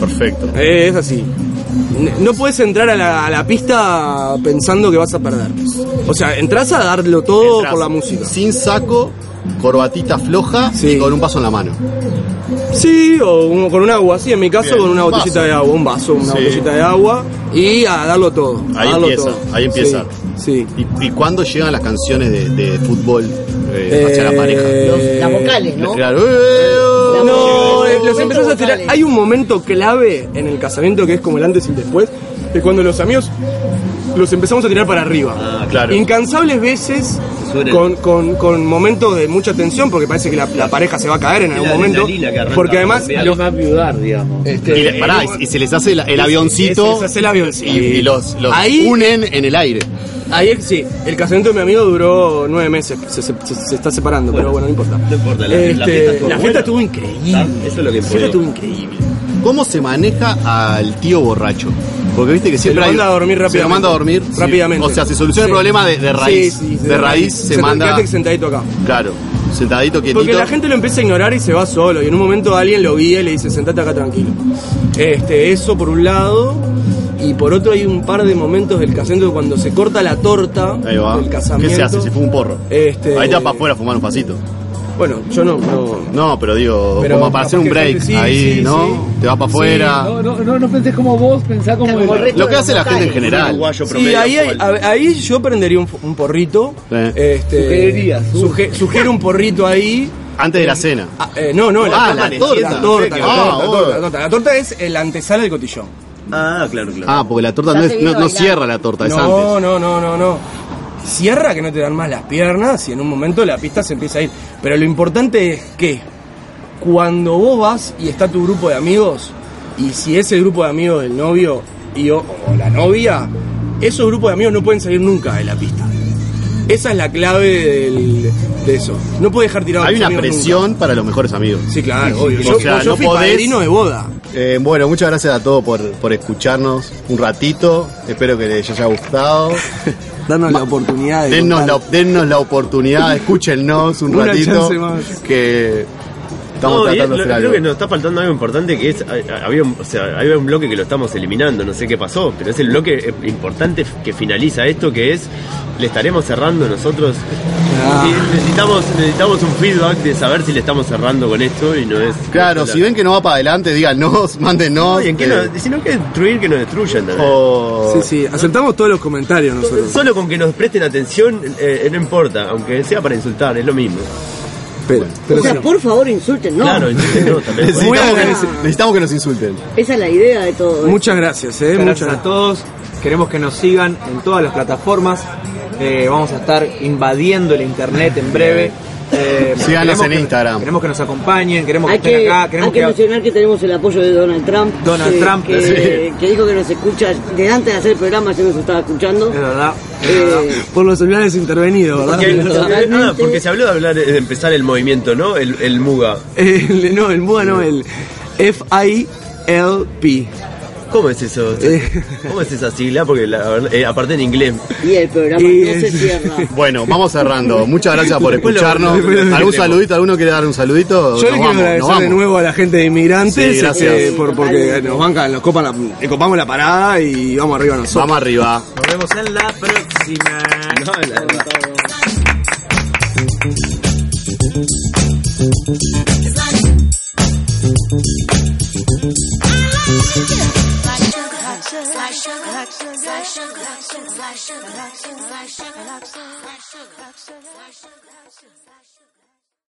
Speaker 1: Perfecto.
Speaker 3: Eh, es así. N- No puedes entrar a la, a la pista pensando que vas a perder. O sea, entras a darlo todo
Speaker 1: Entrás
Speaker 3: por la música.
Speaker 1: Sin saco, corbatita floja
Speaker 3: Sí.
Speaker 1: y con un vaso en la mano.
Speaker 3: Sí, o un- con un agua, sí, en mi caso
Speaker 1: Bien,
Speaker 3: con una
Speaker 1: un
Speaker 3: botellita
Speaker 1: vaso.
Speaker 3: de agua, un vaso, una
Speaker 1: Sí.
Speaker 3: botellita de agua y a darlo todo. a
Speaker 1: Ahí
Speaker 3: darlo
Speaker 1: empieza, ahí empieza.
Speaker 3: Sí. sí.
Speaker 1: ¿Y, y cuándo llegan las canciones de, de fútbol eh, hacia la
Speaker 3: Eh,
Speaker 1: pareja?
Speaker 5: Los- las vocales, ¿no?
Speaker 1: Claro. Eh,
Speaker 3: No, eh,
Speaker 5: Momento
Speaker 3: los empezás a tirar.
Speaker 5: vocales.
Speaker 3: Hay un momento clave en el casamiento que es como el antes y el después, que es cuando los amigos los empezamos a tirar para arriba.
Speaker 1: Ah, claro.
Speaker 3: Incansables veces,
Speaker 4: Suena.
Speaker 3: con, con- con momentos de mucha tensión, porque parece que la, la pareja se va a caer en
Speaker 4: Es
Speaker 3: algún
Speaker 4: la
Speaker 3: momento.
Speaker 4: adrenalina que arranca
Speaker 3: Porque además,
Speaker 4: también.
Speaker 6: Los más viudar, digamos.
Speaker 1: Este, Y, le- pará, y- y se les hace el, el avioncito
Speaker 3: se hace el avioncito.
Speaker 1: y, y los, los
Speaker 3: Ahí-
Speaker 1: unen en el aire.
Speaker 3: ahí es- sí, el casamiento de mi amigo duró nueve meses, se, se- se- se está separando, pero bueno, no importa.
Speaker 4: no importa, la- la
Speaker 3: Este,
Speaker 4: fiesta estuvo
Speaker 3: la
Speaker 4: buena.
Speaker 3: fiesta estuvo increíble.
Speaker 4: Ah, eso es lo que
Speaker 3: La fiesta
Speaker 4: importa.
Speaker 3: estuvo increíble.
Speaker 1: ¿Cómo se maneja al tío borracho? Porque viste que siempre
Speaker 3: lo
Speaker 1: hay-
Speaker 3: manda a dormir
Speaker 1: Se lo
Speaker 3: rápidamente.
Speaker 1: manda a dormir
Speaker 3: Sí. Rápidamente.
Speaker 1: O sea, se soluciona
Speaker 3: Sí.
Speaker 1: el problema de, de raíz.
Speaker 3: Sí, sí,
Speaker 1: de, raíz se
Speaker 3: Senta-
Speaker 1: manda.
Speaker 3: quédate sentadito acá.
Speaker 1: Claro, sentadito quietito.
Speaker 3: Porque la gente lo empieza a ignorar y se va solo. Y en un momento alguien lo guía y le dice, sentate acá tranquilo. Este, eso por un lado. Y por otro hay un par de momentos del casamiento cuando se corta la torta
Speaker 1: Ahí va.
Speaker 3: del casamiento.
Speaker 1: ¿Qué se hace? Se fuma un porro.
Speaker 3: Este-
Speaker 1: Ahí te vas para afuera a fumar un pasito.
Speaker 3: Bueno, yo no... no-
Speaker 1: No, pero digo,
Speaker 3: Pero
Speaker 1: como para hacer un
Speaker 3: capaz que
Speaker 1: break
Speaker 3: gente- sí,
Speaker 1: ahí,
Speaker 3: sí,
Speaker 1: ¿no?
Speaker 3: sí.
Speaker 1: Te vas para afuera.
Speaker 8: No, no, no, no pensés como vos, pensá como
Speaker 5: Como el
Speaker 8: el-
Speaker 5: resto
Speaker 1: Lo que
Speaker 5: de
Speaker 1: hace la
Speaker 5: los
Speaker 1: gente en
Speaker 5: locales.
Speaker 1: general.
Speaker 4: uruguayo
Speaker 3: Sí,
Speaker 4: promedio.
Speaker 3: ahí, hay-
Speaker 4: ¿cuál?
Speaker 3: a- ahí yo prendería un, f- un porrito.
Speaker 1: Sí.
Speaker 3: Este,
Speaker 8: Sugerirías, uh.
Speaker 3: suge- sugiero un porrito ahí.
Speaker 1: Antes de la cena.
Speaker 3: Ah, eh, no, no,
Speaker 1: Ah,
Speaker 3: la,
Speaker 1: la
Speaker 3: torta,
Speaker 1: torta.
Speaker 3: la torta, la
Speaker 1: Ah,
Speaker 3: torta, la
Speaker 1: bueno.
Speaker 3: torta, la torta. La torta es el antesala del cotillón.
Speaker 4: Ah, claro, claro.
Speaker 1: Ah, porque la torta
Speaker 5: Ya
Speaker 1: no,
Speaker 5: se
Speaker 1: es-
Speaker 5: viene
Speaker 1: no- no
Speaker 5: bailando.
Speaker 1: cierra la torta, es
Speaker 3: no,
Speaker 1: Pues antes.
Speaker 3: No, no, no, no. Cierra que no te dan más las piernas y en un momento la pista se empieza a ir. Pero lo importante es que cuando vos vas y está tu grupo de amigos, y si ese grupo de amigos del novio y o, o la novia, esos grupos de amigos no pueden salir nunca de la pista. Esa es la clave del- de eso. No puedes dejar tirado a
Speaker 1: Hay
Speaker 3: tus
Speaker 1: una
Speaker 3: amigos
Speaker 1: presión para los mejores amigos.
Speaker 3: nunca. Sí, claro, obvio.
Speaker 1: O
Speaker 3: Yo,
Speaker 1: sea,
Speaker 3: yo
Speaker 1: no
Speaker 3: fui
Speaker 1: podés-
Speaker 3: padrino de boda.
Speaker 1: Eh, bueno, muchas gracias a todos por, por escucharnos un ratito. Espero que les haya gustado.
Speaker 3: Danos la oportunidad de.
Speaker 1: Dennos la,
Speaker 3: contar.
Speaker 1: dennos la oportunidad, escúchennos un
Speaker 3: Una
Speaker 1: ratito.
Speaker 3: chance más.
Speaker 1: Que estamos
Speaker 4: No, y es-
Speaker 1: tratando de
Speaker 4: lo-
Speaker 1: hacer
Speaker 4: creo
Speaker 1: algo.
Speaker 4: que nos está faltando algo importante que es a- a- había un, o sea, había un bloque que lo estamos eliminando, no sé qué pasó, pero es el bloque eh, importante que finaliza esto que es le estaremos cerrando nosotros.
Speaker 3: Ah.
Speaker 4: Y necesitamos necesitamos un feedback de saber si le estamos cerrando con esto y no es
Speaker 1: Claro, si ven que no va para adelante, díganos, mándenos.
Speaker 4: Oye, ¿en qué
Speaker 1: eh,
Speaker 4: nos- si no que destruir que nos destruyan también.
Speaker 1: Oh, o-
Speaker 3: Sí, sí, aceptamos todos los comentarios nosotros.
Speaker 4: Solo con que nos presten atención, eh, eh, no importa, aunque sea para insultar, es lo mismo.
Speaker 3: Pero, pero
Speaker 5: O sea,
Speaker 3: sí.
Speaker 5: por favor, insulten, ¿no?
Speaker 4: Claro, insulten, no,
Speaker 3: Muy
Speaker 4: también.
Speaker 1: Necesitamos que,
Speaker 3: agradecido.
Speaker 1: nos, necesitamos que nos insulten.
Speaker 5: Esa es la idea de todo. esto.
Speaker 3: Muchas gracias, eh.
Speaker 7: Muchas
Speaker 3: Muchas
Speaker 7: gracias a
Speaker 3: gracias.
Speaker 7: todos. Queremos que nos sigan en todas las plataformas. Eh, vamos a estar invadiendo el internet en breve. Eh,
Speaker 1: Síganos
Speaker 7: queremos
Speaker 1: en
Speaker 7: que-
Speaker 1: Instagram.
Speaker 7: Queremos que nos acompañen, queremos que
Speaker 5: Hay
Speaker 7: estén
Speaker 5: que,
Speaker 7: acá,
Speaker 5: hay
Speaker 7: queremos
Speaker 5: que
Speaker 7: que,
Speaker 5: mencionar que tenemos el apoyo de Donald Trump.
Speaker 7: Donald
Speaker 5: que,
Speaker 7: Trump,
Speaker 5: que, que dijo que nos escucha. Desde antes de hacer el programa ya nos estaba escuchando.
Speaker 7: Es verdad. es verdad.
Speaker 5: Eh,
Speaker 3: Por los celulares intervenidos,
Speaker 4: Porque,
Speaker 3: ¿verdad?
Speaker 5: Realmente-
Speaker 4: ah, porque se habló de hablar de empezar el movimiento, ¿no? El, el Muga.
Speaker 3: El- no, el MUA no, el F-I-L-P.
Speaker 4: ¿Cómo es eso?
Speaker 3: Eh.
Speaker 4: ¿Cómo es esa sigla? Porque la verdad- eh, aparte en inglés.
Speaker 5: y el programa
Speaker 3: Y
Speaker 5: no se
Speaker 3: es-
Speaker 5: cierra.
Speaker 1: Bueno, vamos cerrando. Muchas gracias por
Speaker 4: Después lo-
Speaker 1: escucharnos.
Speaker 4: después lo-
Speaker 1: ¿Algún saludito? ¿Alguno quiere dar un saludito?
Speaker 3: Yo le
Speaker 1: Nos
Speaker 3: quiero
Speaker 1: vamos, nos
Speaker 3: agradecer de
Speaker 1: vamos.
Speaker 3: nuevo a la gente de Inmigrantes
Speaker 1: Sí, gracias.
Speaker 3: eh, por, porque nos bancan, nos copan la, le copamos la parada y vamos arriba nosotros.
Speaker 1: Vamos arriba.
Speaker 7: Nos vemos en la próxima.
Speaker 4: No, la verdad.
Speaker 9: Sugar.